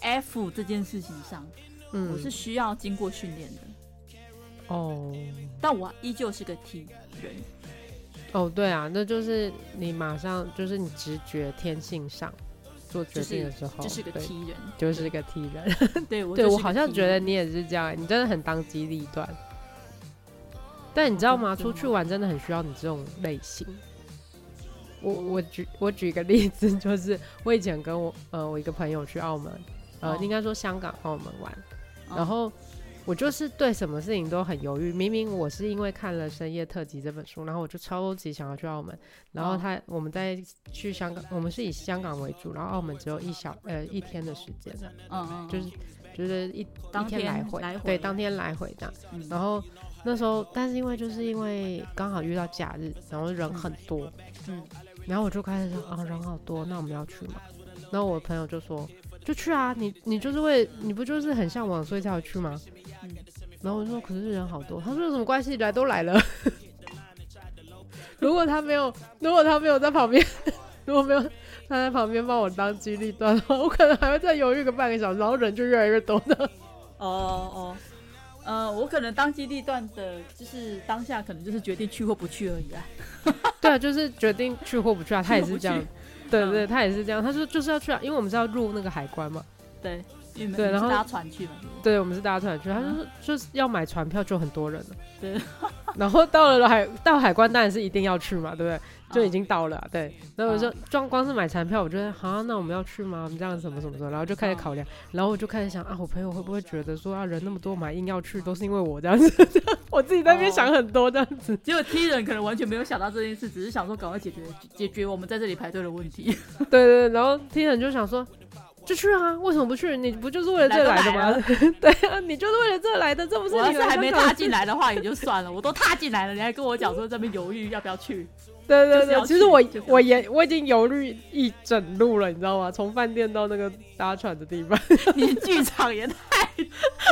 F 这件事情上，嗯，我是需要经过训练的，哦但我依旧是个 T 人。哦，对啊，那就是你马上就是你直觉天性上做决定的时候，就是个对 T 人，就是个 T 人。对我对就是我个好像 T 觉得人你也是这样欸，你真的很当机立断。但你知道吗？哦真的出吗去玩真的很需要你这种类型。我我举我举一个例子， 就是我以前跟我呃我一个朋友去澳门，呃、哦应该说香港澳门玩，嗯然后我就是对什么事情都很犹豫。明明我是因为看了《深夜特辑》这本书，然后我就超级想要去澳门。然后哦他、我们在去香港，我们是以香港为主，然后澳门只有一小呃一天的时间这样嗯嗯，就是就是一当一天来回，来回对，当哦天来回这样。嗯然后那时候，但是因为就是因为刚好遇到假日，然后人很多，嗯然后我就开始说啊，人好多，那我们要去吗？然后我朋友就说，就去啊，你你就是为你不就是很向往，所以才要去吗？嗯然后我就说，可是人好多，他说有什么关系，来都来了。 如果他没有，如果他没有在旁边， 如果没有他在旁边帮我当机立断的话，我可能还会再犹豫个半个小时，然后人就越来越多的。哦哦，呃，我可能当机立断的，就是当下可能就是决定去或不去而已啊。 对啊，就是决定去或不去啊，他也是这样去。对嗯对，他也是这样。他说就是要去啊，因为我们是要入那个海关嘛。对，因为你们对你然们后是搭船去嘛，嗯对，我们是搭船去。他就说就是要买船票，就很多人了。 对。然后到了海到海关，当然是一定要去嘛，对不对？就已嗯经到了啊、对。然后我就光光是买船票，我觉得好、啊，那我们要去吗？我们这样什么什么什么，然后就开始嗯考量，然后我就开始想啊，我朋友会不会觉得说啊，人那么多，我们还硬要去，都是因为我这样子， 我自己在那边哦想很多这样子。结果 T 人可能完全没有想到这件事，只是想说赶快解决解决我们在这里排队的问题。 对对，对然后听人就想说，就去啊，为什么不去？你不就是为了这来的来吗？ 对啊，你就是为了这来的，这不是我要你是还没踏搭进？来的话也就算了，我都踏进来了，你还跟我讲说这边犹豫要不要 去，对对就是要对，去其实我就是要我也我已经犹豫一整路了，你知道吗？从饭店到那个搭船的 地方，你剧场也太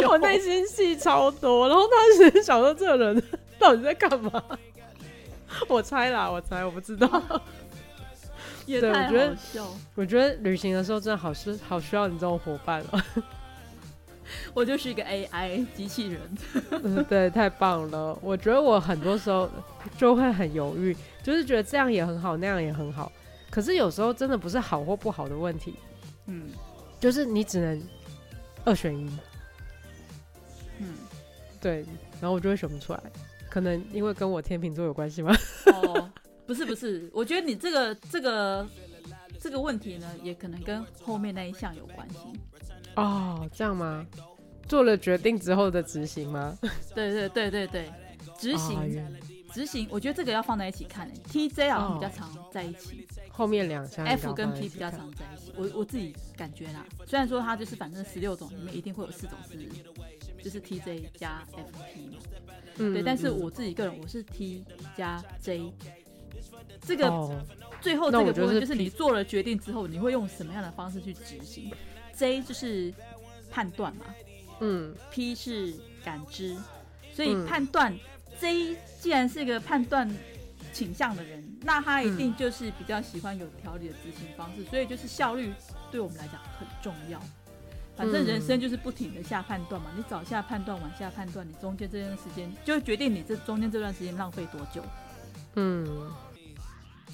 久我内心戏超多，然后当时想说这人到底在干嘛？ 我猜啦，我猜，我不知道。也对我太觉得好笑。我觉得旅行的时候真的好需好需要你这种伙伴哦。我就是一个 AI 机器人，嗯， 对，太棒了！我觉得我很多时候就会很犹豫，就是觉得这样也很好，那样也很好。可是有时候真的不是好或不好的问题，嗯就是你只能二选一。嗯，对，然后我就会选不出来，可能因为跟我天秤座有关系吗？ 哦，不是不是，我觉得你这个这个这个问题呢，也可能跟后面那一项有关系。哦，这样吗？做了决定之后的执行吗？对对对对对，执啊行原来哦执行，我觉得这个要放在一起看、欸。TJ 好像比较常在一起、后面两项 f 跟 P P 比较常在一起。我我自己感觉啦，虽然说它就是反正十六种里面一定会有四种是就是 TJ 加 FP 嘛，嗯对，但是嗯我自己个人我是 T 加 J，这嗯个哦，最后这那个我就部分是就是你做了决定之后，你会用什么样的方式去执行？J 就是判断嘛嗯， ，P 是感知，所以嗯判断、J 既然是一个判断倾向的人，那他一嗯定就是比较喜欢有条理的执行方式，所以就是效率对我们来讲很重要。反正嗯人生就是不停的下判断嘛，你早下判断，晚下判断，你中间这段时间就会决定你这中间这段时间浪费多久。嗯，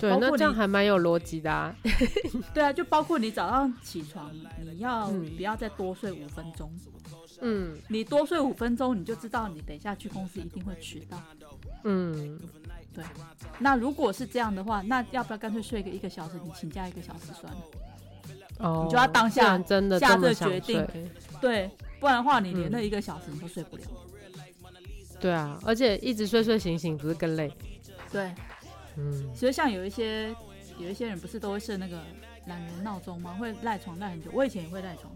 对包，括那这样你还蛮有逻辑的啊。 对啊，就包括你早上起床，你要嗯不要再多睡五分钟？嗯你多睡五分钟，你就知道你等一下去公司一定会迟到。嗯。那如果是这样的话，那要不要干脆睡个一个小时？你请假一个小时算了。哦，你就要当下不然真的下这么这想决定睡对，不然的话，你连嗯那一个小时你都睡不了。对啊，而且一直睡睡醒醒不是更累？对，嗯，其实像有一些有一些人不是都会设那个懒人闹钟吗？会赖床赖很久。我以前也会赖床，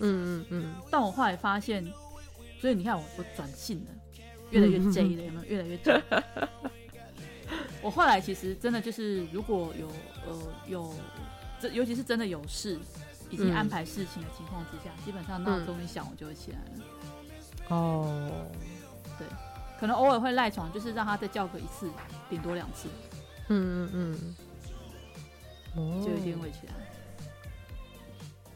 嗯嗯嗯，但我后来发现，所以你看我我转性了，越来越 J 了，有没有？越来越 J。我后来其实真的就是，如果有呃有，这尤其是真的有事，已经嗯安排事情的情况之下，基本上闹钟一响我就会起来了。哦，可能偶尔会赖床，就是让他再叫个一次，顶多两次，嗯嗯嗯，哦就一定会起来。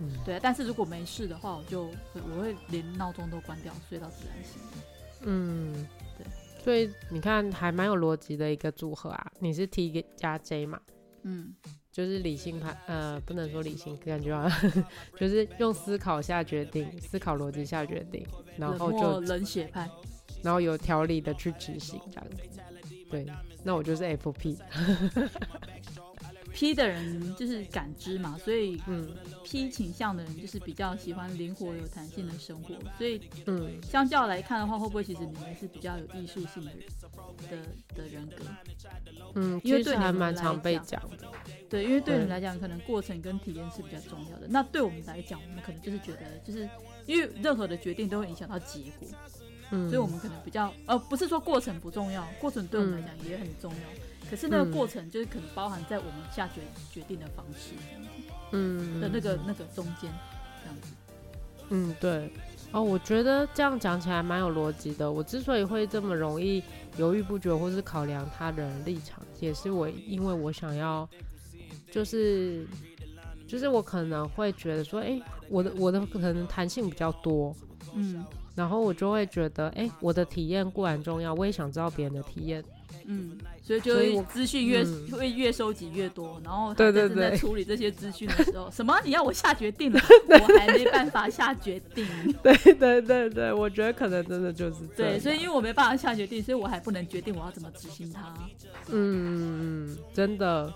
嗯啊对，但是如果没事的话，我就我会连闹钟都关掉，睡到自然醒。嗯，对。所以你看，还蛮有逻辑的一个组合啊。你是 T 加 J 嘛，嗯，就是理性派，呃，不能说理性，感觉好像 就是用思考下决定，思考逻辑下决定，然冷后漠就冷血派，然后有条理的去执行这样子。对，那我就是 FP， P 的人就是感知嘛，所以嗯 P 倾向的人就是比较喜欢灵活有弹性的生活，所以嗯，相较来看的话，会不会其实你们是比较有艺术性的人的的人格？嗯，因为其实对你还们蛮来常被讲讲的。对，因为对你们对来讲，可能过程跟体验是比较重要的。那对我们来讲，我们可能就是觉得，就是因为任何的决定都会影响到结果，嗯，所以我们可能比较呃，不是说过程不重要，过程对我们来讲也很重要。可是那个嗯过程就是可能包含在我们下决决定的方式这样子嗯的那个那个中间这样子。嗯，对。哦，我觉得这样讲起来蛮有逻辑的。我之所以会这么容易犹豫不决，或是考量他人的立场，也是我因为我想要，就是就是我可能会觉得说，诶，我的我的可能弹性比较多，嗯然后我就会觉得，诶，我的体验固然重要，我也想知道别人的体验。 嗯，所以就所以会我资讯越、嗯会越收集越多，然后对他真对正在对处理这些资讯的时候，什么你要我下决 定了，我还没办法下决定。对对对对，我觉得可能真的就是这对，所以因样为我没办法下决定，所以我还不能决定我要怎么执行它。嗯，真的，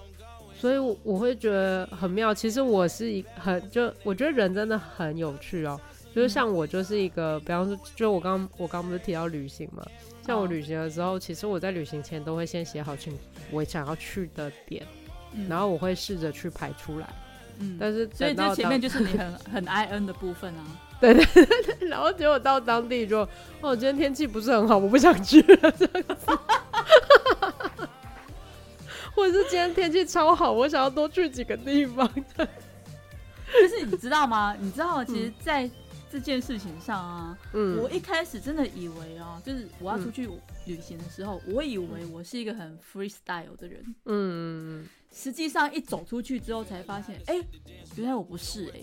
所以我我会觉得很妙。其实我是一很就，我觉得人真的很有趣哦。就是像我就是一个，比方说，就我刚我刚不是提到旅行嘛，像我哦旅行的时候，其实我在旅行前都会先写好清楚我想要去的点，嗯然后我会试着去排出来。嗯，但是所以等到这前面当就是你 很很 I N 的部分啊。然后结果到当地就，哦，今天天气不是很好，我不想去了，这样子。 或者是今天天气超好，我想要多去几个地方。但是你知道吗？你知道，其实，在这件事情上啊，嗯，我一开始真的以为啊，就是我要出去旅行的时候，我以为我是一个很 freestyle 的人。嗯，实际上一走出去之后，才发现，哎、原来我不是哎、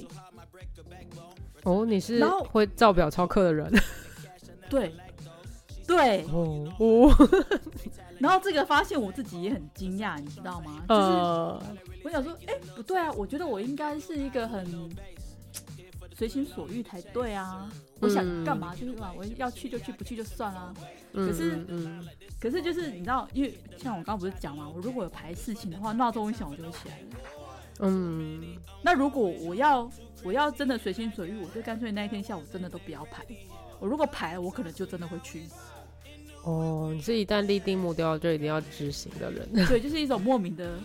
哦，你是然后会照表超课的人对，对。哦哦，然后这个发现我自己也很惊讶，你知道吗？就是呃，我想说，哎、不对啊，我觉得我应该是一个很随心所欲才对啊，我想干嘛就是干嘛，我要去就去，不去就算啦、可是嗯可是就是你知道，因为像我刚刚不是讲嘛，我如果有排事情的话，闹钟一响我就会起来了。嗯那如果我要我要真的随心所欲，我就干脆那一天下午真的都不要排。我如果排，我可能就真的会去。哦，你是一旦立定目标就一定要执行 的人， 对，就是一种莫名的。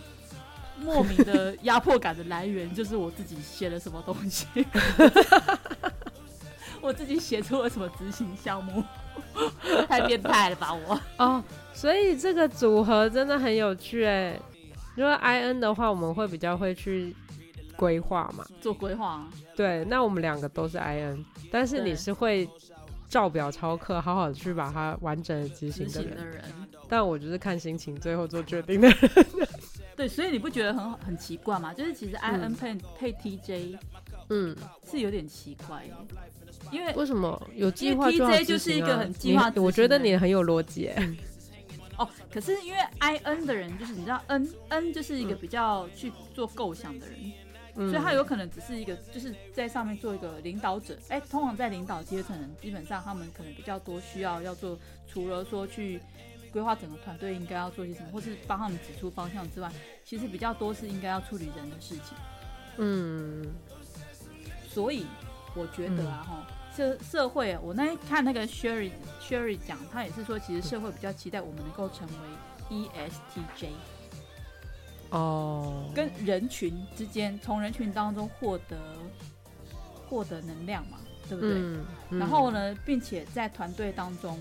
莫名 的压迫感的来源就是我自己写了什么东 西，我自己写出了什么执行项 目，太变态了吧我！哦，所以这个组合真的很有趣哎。如果 I N 的话，我们会比较会去规划嘛，做规划啊，对，那我们两个都是 I N，但是你对是会照表超课，好好去把它完整的执行啊执的行人的，人，但我就是看心情最后做决定的人。对，所以你不觉得很很奇怪吗？就是其实 I N 嗯配、配 T J 嗯，是有点奇怪耶，因为为什么有计因划为就好 TJ 就执是一行个啊很你计划执行我觉得的你人很有逻辑欸。哦，可是因为 I N 的人就是你知道 N N 就是一个比较去做构想的人，嗯所以他有可能只是一个，就是在上面做一个领导者。哎、通常在领导阶层，基本上他们可能比较多需要要做，除了说去规划整个团队应该要做些什么，或是帮他们指出方向之外，其实比较多是应该要处理人的事情。嗯所以我觉得啊，哈、社社会啊，我那天看那个 Sherry Sherry 讲，他也是说，其实社会比较期待我们能够成为 E ESTJ，哦，跟人群之间，从人群当中获得获得能量嘛，对不对？嗯，然后呢？呢，并且在团队当中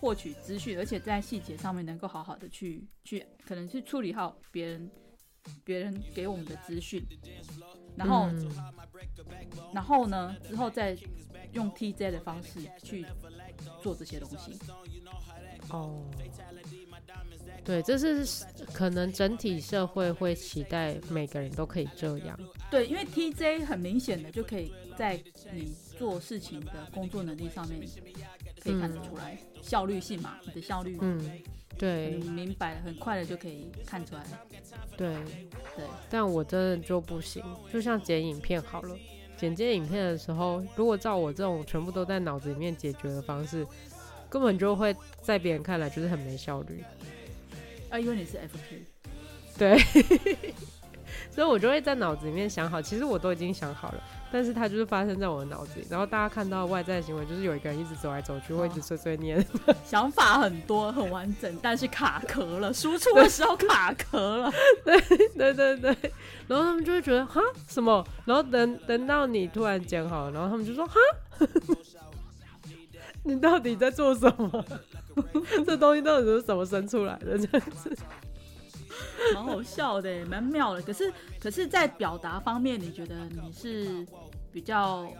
获取资讯，而且在细节上面能够好好的去去，可能去处理好别人别人给我们的资讯，然后、嗯然后呢之后再用 TJ 的方式去做这些东西。哦，对，这是可能整体社会会期待每个人都可以这样。对，因为 TJ 很明显的就可以在你做事情的工作能力上面可以看得出来、效率性嘛，你的效率，嗯，对你明白，很快的就可以看出来。对，对，但我真的就不行，就像剪影片好了，剪接影片的时候，如果照我这种全部都在脑子里面解决的方式，根本就会在别人看来就是很没效率。啊，因为你是 FP，对，所以我就会在脑子里面想好，其实我都已经想好了，但是它就是发生在我的脑子里。然后大家看到外在的行为，就是有一个人一直走来走去，会一直碎碎念。想法很多，很完整，但是卡壳了，输出的时候卡壳 了。对对对，然后他们就会觉得哈什么，然后等等到你突然剪好了，然后他们就说哈，你到底在做什么？这东西到底是怎么生出来的？这样子，蛮好笑的欸耶，蛮妙的。可是，可是在表达方面，你觉得你是比较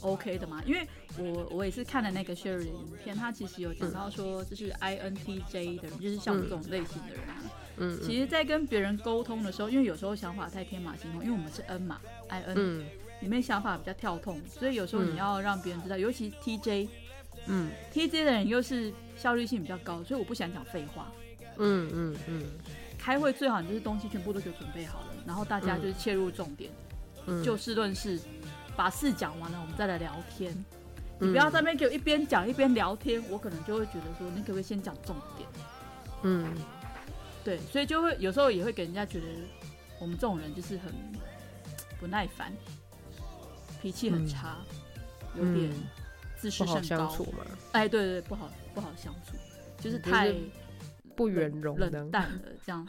OK 的吗？因为我我也是看了那个 Sherry 的影片，他其实有讲到说，就是 INTJ 的人，就是像我这种类型的人啊。嗯其实，在跟别人沟通的时候，因为有时候想法太天马行空，因为我们是 N 嘛，IN 嗯里面想法比较跳痛，所以有时候嗯你要让别人知道，尤其 TJ。嗯 TJ 的人又是效率性比较高，所以我不想讲废话。嗯嗯嗯开会最好你就是东西全部都给我准备好了，然后大家就是切入重点，嗯，就事论事，把事讲完了，我们再来聊天。嗯你不要在那边给我一边讲一边聊天，我可能就会觉得说，你可不可以先讲重点？嗯对，所以就会有时候也会给人家觉得我们这种人就是很不耐烦，脾气很差，有点嗯自不视好甚相高。处嘛，哎，对对对，不好不好相处，就是就是太不圆冷融的冷。淡了这 样。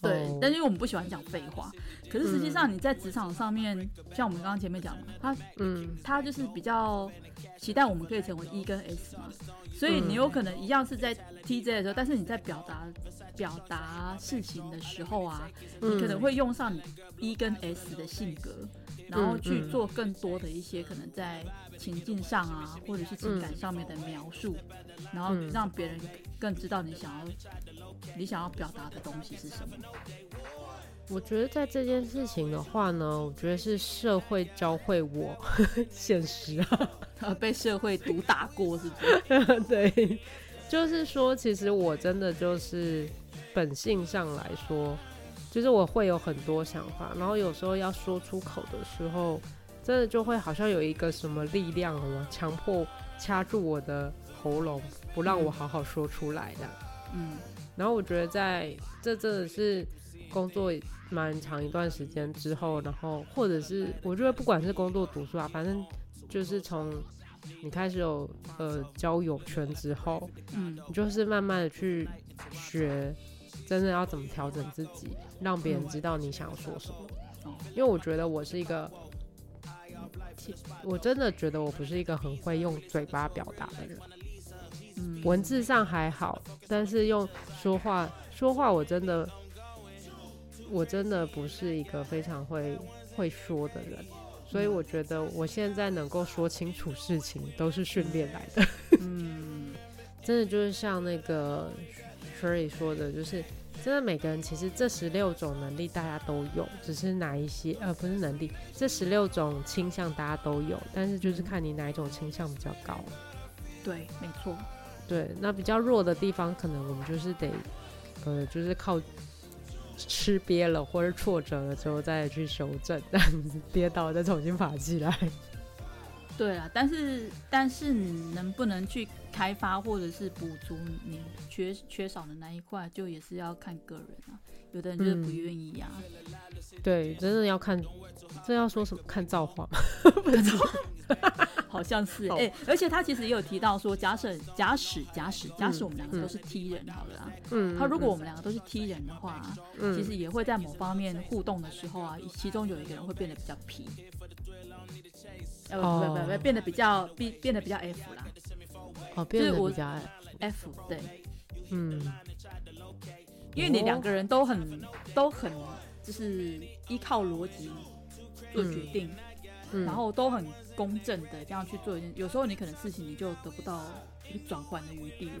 对哦，但是因为我们不喜欢讲废话，可是实际嗯上你在职场上面，像我们刚刚前面讲嘛，他嗯他就是比较期待我们可以成为 E 跟 S 嘛，所以嗯你有可能一样是在 TJ 的时候，但是你在表达表达事情的时候啊，嗯你可能会用上你 E 跟 S 的性格，然后去嗯做更多的一些可能在情境上啊，或者是情感上面的描述，然后嗯让别人更知道你想要你想要表达的东西是什么。 我觉得在这件事情的话呢，我觉得是社会教会我现实啊，呃，被社会毒打过是不是？ 对，就是说，其实我真的就是本性上来说，就是我会有很多想法，然后有时候要说出口的时候，真的就会好像有一个什么力量我强迫掐住我的喉咙，不让我好好说出来的。嗯然后我觉得在这真的是工作蛮长一段时间之后，然后或者是我觉得不管是工作、读书啊，反正就是从你开始有呃交友圈之后，嗯你就是慢慢的去学，真的要怎么调整自己，让别人知道你想说什么。哦因为我觉得我是一个，其我真的觉得我不是一个很会用嘴巴表达的人。嗯，文字上还好，但是用说话说话，我真的我真的不是一个非常会会说的人，所以我觉得我现在能够说清楚事情都是训练来的。嗯 真的就是像那个 Sherry 说的，就是真的每个人其实这十六种能力大家都有，只是哪一些呃不是能力，这十六种倾向大家都有，但是就是看你哪一种倾向比较高。对，没错，对，那比较弱的地方，可能我们就是得，呃，就是靠吃瘪了或者挫折了之后再去修正，这样子跌倒再重新爬起来。 对啊，但是但是你能不能去开发或者是补足你缺缺少的那一块，就也是要看个人啊。有的人就是不嗯愿意 啊，对，真的要看，这要说什么？看造化嘛。好像 是哎、哦而且他其实也有提到说，假设假使假使假使嗯我们两个嗯都是 T 人好了啊，嗯他如果我们两个都是 T 人的话，啊嗯其实也会在某方面互动的时候啊，其中有一个人会变得比较 P，呃不不不不，哦变得比较变变得比较 F 啦哦变就是得我比较矮， ，F 对，嗯因为你两个人都很都很就是依靠逻辑做决定，嗯，然后都很公正的这样去做一件，有时候你可能事情你就得不到转换的余地了，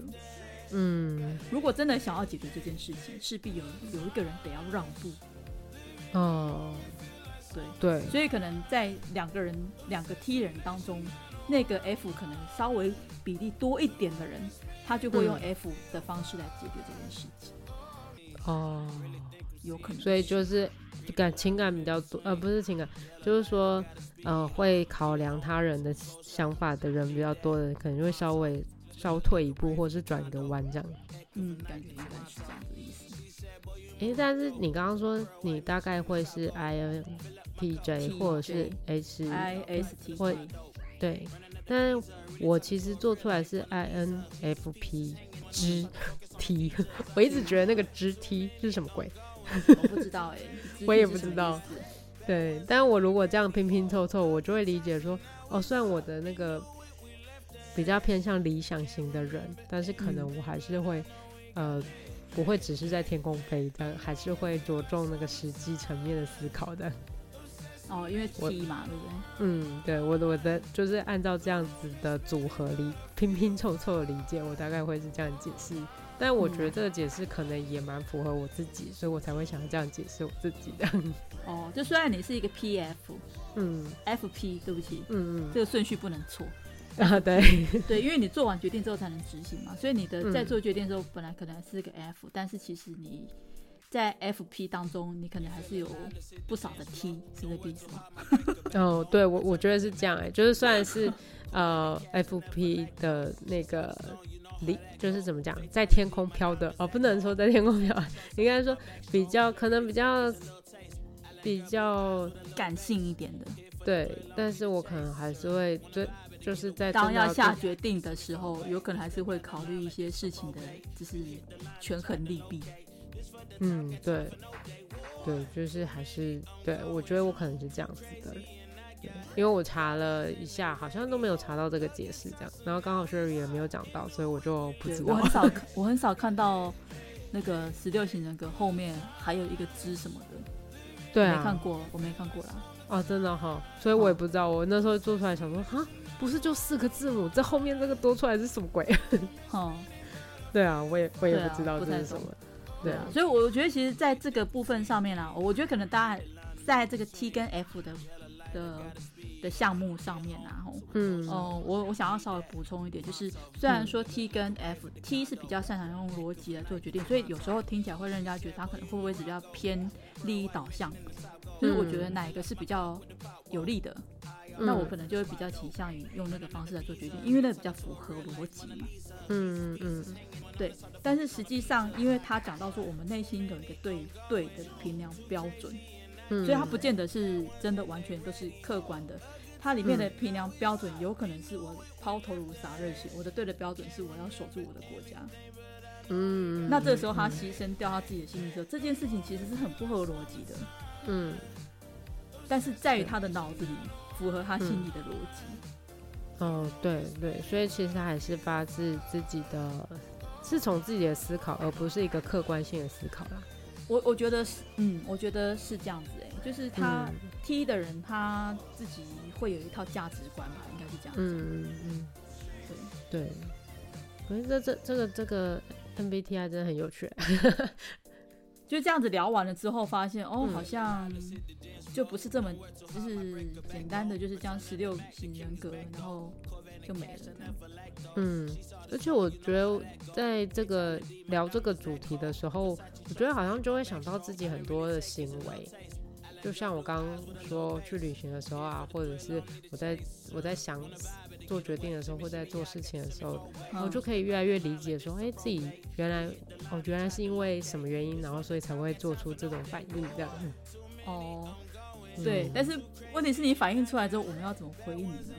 嗯如果真的想要解决这件事情，势必有有一个人得要让步，哦，对，对，所以可能在两个人两个 T 人当中，那个 F 可能稍微比例多一点的人，他就会用嗯 F 的方式来解决这件事情，哦，有可能。所以就是感情感比较多，呃，不是情感，就是说，呃，会考量他人的想法的人比较多的，可能就会稍微稍退一步，或是转个弯这样。嗯，感觉应该是这样子的意思。诶，但是你刚刚说你大概会是 INTJ 或者是 H ISTJ 会对，但我其实做出来是 INFP 之 T，我 一直觉得那个之 T 是什么鬼？ 我不知道哎、欸，我也不知道对，但我如果这样拼拼凑凑，我就会理解说，哦，虽然我的那个比较偏向理想型的人，但是可能我还是会，呃，不会只是在天空飞的，还是会着重那个实际层面的思考的。哦，因为我 T 嘛，对不对？嗯， 对，我的我的就是按照这样子的组合理拼拼凑凑的理解，我大概会是这样解释。但我觉得这个解释可能也蛮符合我自己，所以我才会想要这样解释我自己的。 哦，就虽然你是一个 PF、嗯 FP，对不起，嗯这个顺序不能错。嗯 啊，对，对，因为你做完决定之后才能执行嘛，所以你的嗯在做决定的时候，本来可能是个 F，、但是其实你在 FP 当中，你可能还是有不少的 T，是这个意思吗？哦，对我我觉得是这样哎、就是虽然是呃 FP 的那个理，就是怎么讲，在天空飘的哦，不能说在天空飘，应该说比较可能比较比较感性一点的，对，但是我可能还是会就就是在当真的要下做决定的时候，有可能还是会考虑一些事情的，就是权衡利弊。嗯对对，就是还是对我觉得我可能是这样子的人。对因为我查了一下，好像都没有查到这个解释，这样，然后刚好 Sherry 也没有讲到，所以我就不对知我道。很 少，我很少看到那个十六型人格后面还有一个之什么的，对啊，没看过，我没看过啦。哦，真的哈、所以我也不知道，我那时候做出来想说，哈，不是就四个字母，这后面这个多出来是什么鬼？ 哦、对啊，我也我也对啊不知道不这太是什懂么。对啊，所以我觉得其实在这个部分上面啦，我觉得可能大家在这个 T 跟 F 的的的项目上面啊，吼，嗯，嗯、我我想要稍微补充一点，就是虽然说 T 跟 F，T 是比较擅长用逻辑来做决定，所以有时候听起来会让人家觉得他可能会不会是比较偏利益导向，就是我觉嗯得哪一个是比较有利的，那我可能就会比较倾向于用那个方式来做决定，因为那个比较符合逻辑嘛。嗯嗯嗯但是实际上，因为他讲到说我们内心有一个对对的评量标准，嗯，所以它不见得是真的完全都是客观的。它里面嗯的评量标准有可能是我抛头颅洒热血，我的对的标准是我要守住我的国家。嗯，嗯，那这时候他嗯牺牲掉他自己的性命之后，这件事情其实是很不合逻辑的，嗯但是在于他的脑子里符合他嗯心里的逻辑。哦，对对，所以其实还是发自自己的，是从自己的思考，而不是一个客观性的思考啦。我我觉得是，嗯，我觉得是这样子哎、就是嗯他 T 的人他自己会有一套价值观吧，应该是这样。嗯嗯嗯，对。对。可是这这这个这个 MBTI 真的很有趣。就这样子聊完了之后，发现哦，嗯好像就不是这么就是简单的，就是这样十六型人格，然后就没了这样。嗯，而且我觉得在这个聊这个主题的时候，我觉得好像就会想到自己很多的行为，就像我刚刚说去旅行的时候啊，或者是我在我在想做决定的时候，或在做事情的时候，我嗯哦就可以越来越理解说，哎、自己原来哦，原来是因为什么原因，然后所以才会做出这种反应这样。哦，对嗯，但是问题是你反应出来之后，我们要怎么回应你呢？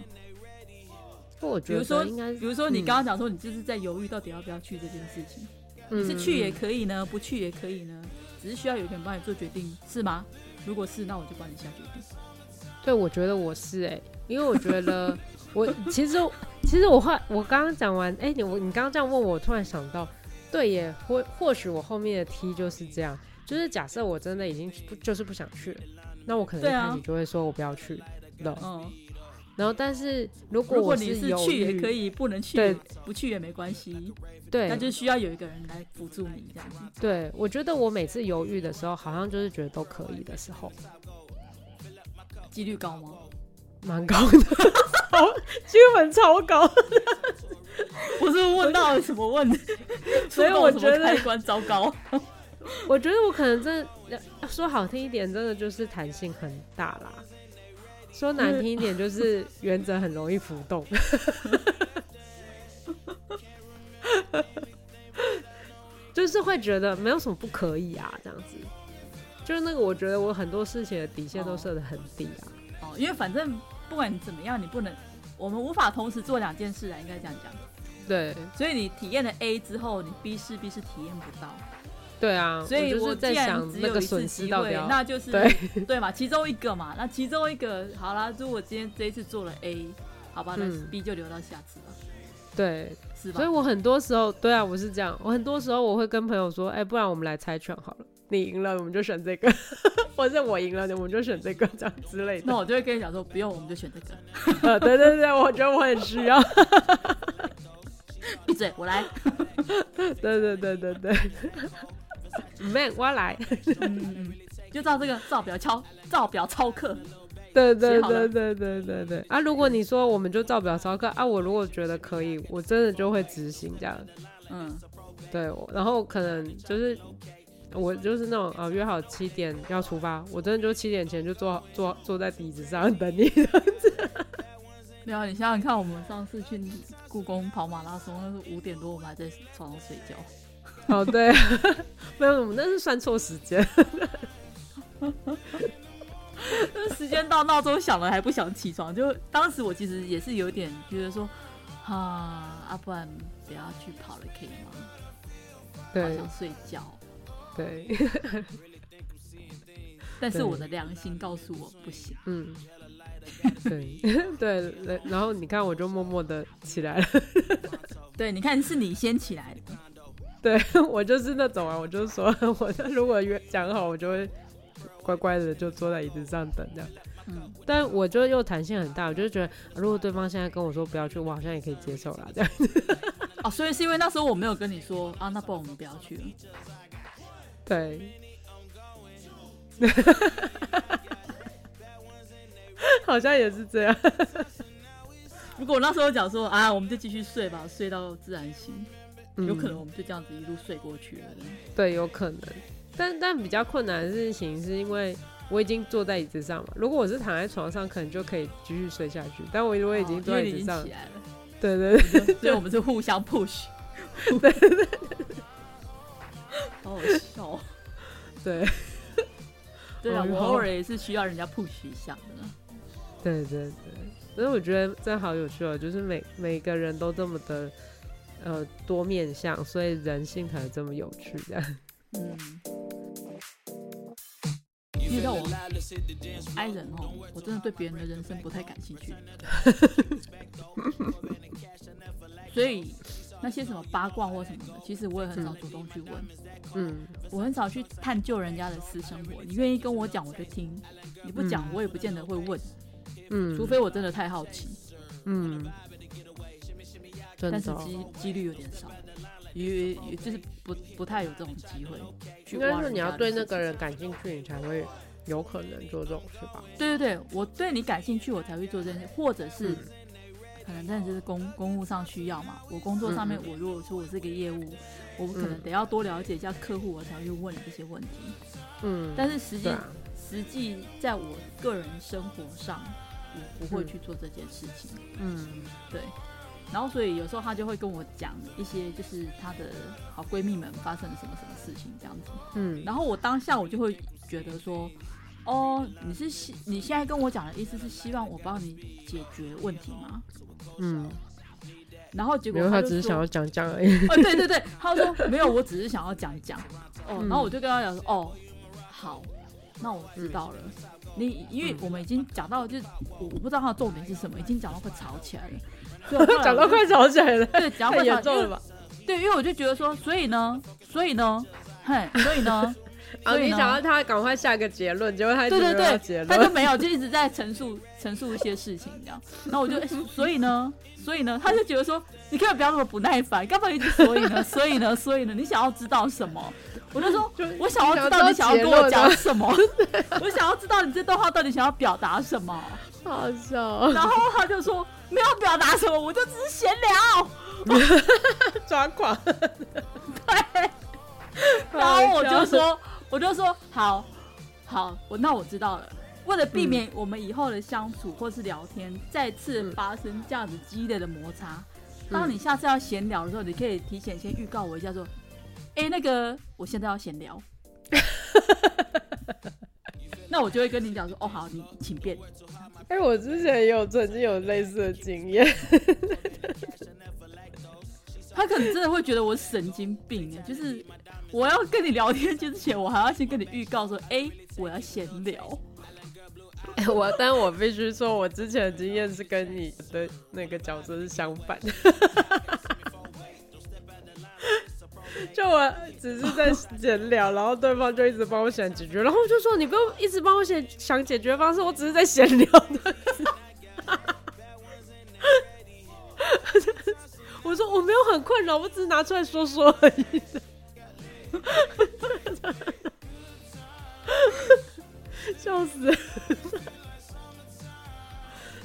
不过我比觉如说得应该比如说你嗯刚刚讲说你就是在犹豫到底要不要去这件事情，你嗯是去也可以呢，不去也可以呢，只是需要有一个人帮你做决定，是吗？如果是，那我就帮你下决定。对，我觉得我是哎、因为我觉得我其实其实我话我刚刚讲完，哎、你我你刚刚这样问我，我突然想到，对耶，或或许我后面的 T 就是这样，就是假设我真的已经不就是不想去了，那我可能对一啊开始就会说我不要去了，嗯，然后，但是如果如果我你是犹去也豫，可以，不能去对也不去也没关系，对，那就需要有一个人来辅助你这样子。对，我觉得我每次犹豫的时候，好像就是觉得都可以的时候，几率高吗？ 蛮高的，超基本超高。我是问到了什么问 题？所以我觉触动什得么开关糟糕。我觉得我可能真的要说好听一点，真的就是弹性很大啦；说难听一 点，就是原则很容易浮动。就是会觉得没有什么不可以啊，这样子。就是那个，我觉得我很多事情的底线都设得很低啊。哦，因为反正不管怎么样，你不能，我们无法同时做两件事啊，应该这样讲。对，所以你体验了 A 之后，你 B 势必是体验不到。对啊。所以我就是既在然想只那有个一次损失机到底会，要那就是对对嘛，其中一个嘛，那其中一个好啦，如果今天这一次做了 A，好吧，那嗯 B 就留到下次吧，对，是吧？所以我很多时候，对啊，我是这样，我很多时候我会跟朋友说，哎、不然我们来猜拳好了，你赢了我们就选这个， 或者我赢了我们就选这个，这样之类那的。我就会跟你讲说，不用，我们就选这个。呃，对对对，我觉得我很需要。闭嘴，我 来。对对对对对。man，我来，嗯，就照这个照表敲，照表操课。对对写好对了对对对对啊！如果你说我们就照表操课啊，我如果觉得可以，我真的就会执行这样。嗯，对，我然后可能就是我就是那种啊、呃约好七点要出发，我真的就七点前就坐 坐坐在椅子上等你。没有，你想想看，我们上次去故宫跑马拉松，那是五点多，我们还在床上睡觉。 哦，对， 没有，我们那是算错时间。那时间到，闹钟响了还不想起床，就当时我其实也是有点觉得说，啊，啊不然不要去跑了，可以吗？好 对想睡觉。对，但是对我的良心告诉我不行。嗯，对 对，然然后你看，我就默默的起来了。 对，你看是你先起来的，对我就是那种啊，我就说， 我如果约讲好，我就会乖乖的就坐在椅子上等这样。嗯，但我就又弹性很大，我就觉得啊如果对方现在跟我说不要去，我好像也可以接受啦。这样哦，所以是因为那时候我没有跟你说啊，那不然我们不要去了。对。 好像也是这样，如果我那时候讲说啊，我们就继续睡吧，睡到自然醒，有可嗯能我们就这样子一路睡过去了。对，有可能。但但比较困难的事情是因为我已经坐在椅子上嘛，如果我是躺在床上，可能就可以继续睡下去。但我如果已经哦坐因为在你椅已子经上，起来了，对对对，所以我们是互相 push。好好笑哦。对对啊，哦我偶尔也是需要人家 push 一下的呢。对对对。所以我觉得这好有趣哦，就是每每个人都这么的呃多面相，所以人性才这么有趣。这样，嗯，你知道我 i 人哦，我真的对别人的人生不太感兴 趣，所以那些什么八卦或什么的，其实我也很少主动去问，嗯，我很少去探究人家的私生活。你愿意跟我讲，我就听；你不讲嗯，我也不见得会问，嗯，除非我真的太好奇。嗯，但真的是哦、机几率有点少，也也就是不不太有这种机会去应挖人家的事情。该是你要对那个人感兴趣，你才会有可能做这种事吧？对对对，我对你感兴趣，我才会做这件事，或者是、嗯可能真的就是公公务上需要嘛。我工作上面嗯，我如果说我是个业务，我可能嗯得要多了解一下客户，我才会去问这些问题。嗯，但是实际、对啊，实际在我个人生活上，我不会嗯去做这件事情。嗯对，然后所以有时候她就会跟我讲一些就是她的好闺蜜们发生了什么什么事情这样子。嗯，然后我当下我就会觉得说，哦，你是希你现在跟我讲的意思是希望我帮你解决问题吗？嗯，然后结没果有，他他就只是说想要讲讲而已。哦，对对对，他说没有，我只是想要讲讲。哦，然嗯后我就跟他讲说，哦，好，那我知道了。你因嗯为我们已经讲到，就是我我不知道他的重点是什么，已经讲到快吵起来了。所以我后来 讲到我就快吵起来了，对，讲到快太吵严重了吧？对，因为我就觉得说，所以呢，所以呢，嘿，所以呢，所啊，以你呢想要他赶快下个结论，结果他一直对对没有对结他就论，没有，就一直在陈述 陈述一些事情这样。然后我就，欸所以呢，所以呢，他就觉得说，你可以不要那么不耐烦，干嘛一直所以呢，所以呢，所以呢，你想要知道什么？我就说，我想要知道你想要跟我讲什么， 我想要知道你这段话到底想要表达什么。好笑哦， 然后他就说没有表达什么，我就只是闲聊。抓狂。对 然后我就，说，我就说好，好，我那我知道了。为了避免我们以后的相处或是聊天再次发生这样子激烈的摩擦，当你下次要闲聊的时候，你可以提前先预告我一下，说，哎、那个我现在要闲聊。那我就会跟你讲说，哦，好，你请便。哎、我之前也有曾经有类似的经验，他可能真的会觉得我神经病，欸就是我要跟你聊天之前，我还要先跟你预告说，哎、我要闲聊。哎我但我必须说，我之前的经验是跟你的那个角色是相反的。 就我只是在闲聊，然后对方就一直帮我想解决，然后我就说你不用一直帮我想想解决方式，我只是在闲聊的。 我说我没有很困扰，我只是拿出来说说而已。 笑死！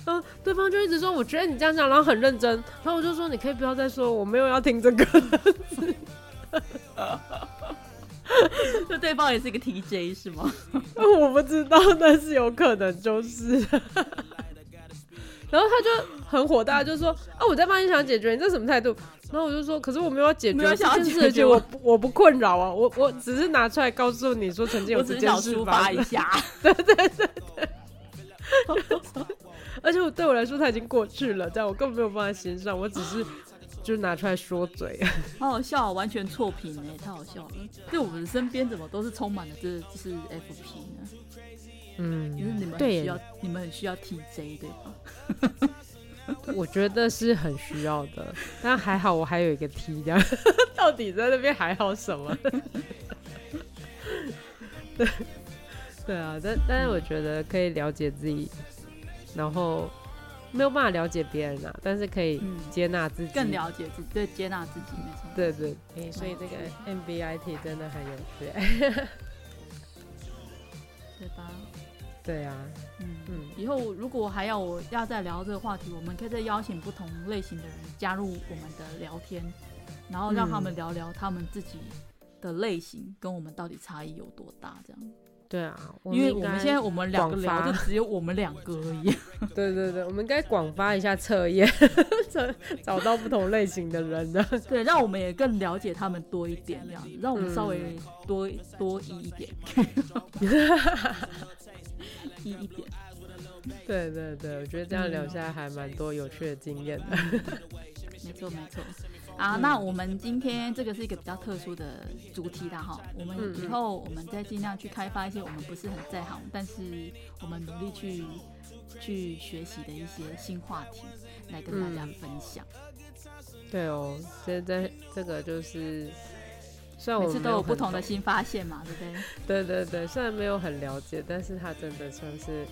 嗯，对方就一直说，我觉得你这样讲，然后很认真，然后我就说，你可以不要再说，我没有要听这个。就对方也是一个 TJ 是吗？我不知道，但是有可能就是。 然后他就很火大，就说：“啊，我在帮你想解决，你这什么态度？”然后我就说：“可是我没有要解决没有这想要件事解情，决我不我不困扰啊，我我只是拿出来告诉你说曾经有我这只是件想事抒发发生 一下。 而且我对我来说，它已经过去了，但我根本没有放在心上，我只是就拿出来说嘴。 好好笑哦，完全错评哎，太好笑了。对我们身边怎么都是充满了这就是 FP 呢？就是嗯，你们很对耶需要，你们很需要 TJ 对吧？我觉得是很需要的，但还好我还有一个 T 这样。 到底在那边还好什么？ 对对啊，但但是我觉得可以了解自己，然后没有办法了解别人啊，但是可以嗯接纳自己。更了解自己，对，接纳自己，没错。对对，哎、所以这个 MBI T 真的很有趣。对吧？对啊，嗯。嗯，以后如果还要我要再聊这个话题，我们可以再邀请不同类型的人加入我们的聊天，然后让他们嗯聊聊他们自己的类型跟我们到底差异有多大，这样。对啊，因为应我们该现在我们两个聊，广发就只有我们两个而 已。对对对，我们应该广发一下测验， 找找到不同类型的人啊呢。对，让我们也更了解他们多一点，这样子，让我们稍嗯微多、多一一 点，一一点。对对对，我觉得这样聊下来还蛮多有趣的经验的。 没错没错。啊，那我们今天这个是一个比较特殊的主题啦哈，我们嗯嗯以后我们再尽量去开发一些我们不是很在行，但是我们努力去去学习的一些新话题，来跟大家嗯分享。对哦，现在这个就是，虽然每我次们都没有很不同的懂，新发现嘛，对不对？对对对，虽然没有很了解，但是他真的算是。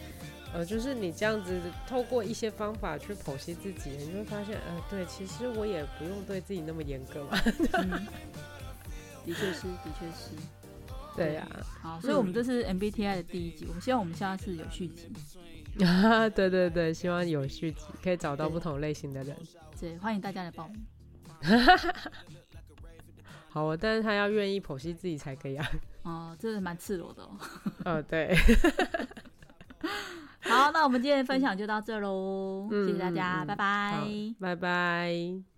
呃，就是你这样子透过一些方法去剖析自己，你就会发现，呃，对，其实我也不用对自己那么严格嘛。 嗯，的确是，的确是。对呀、好，所以我们这是 MBTI 的第一集，我们希望我们下次有续集。啊， 对对对，希望有续集，可以找到不同类型的人。 对，欢迎大家来报名。好哦，但是他要愿意剖析自己才可以啊。 哦，真的蛮赤裸的哦。哦，对，好，那我们今天的分享就到这喽，嗯谢谢大家，嗯嗯拜拜。好拜拜。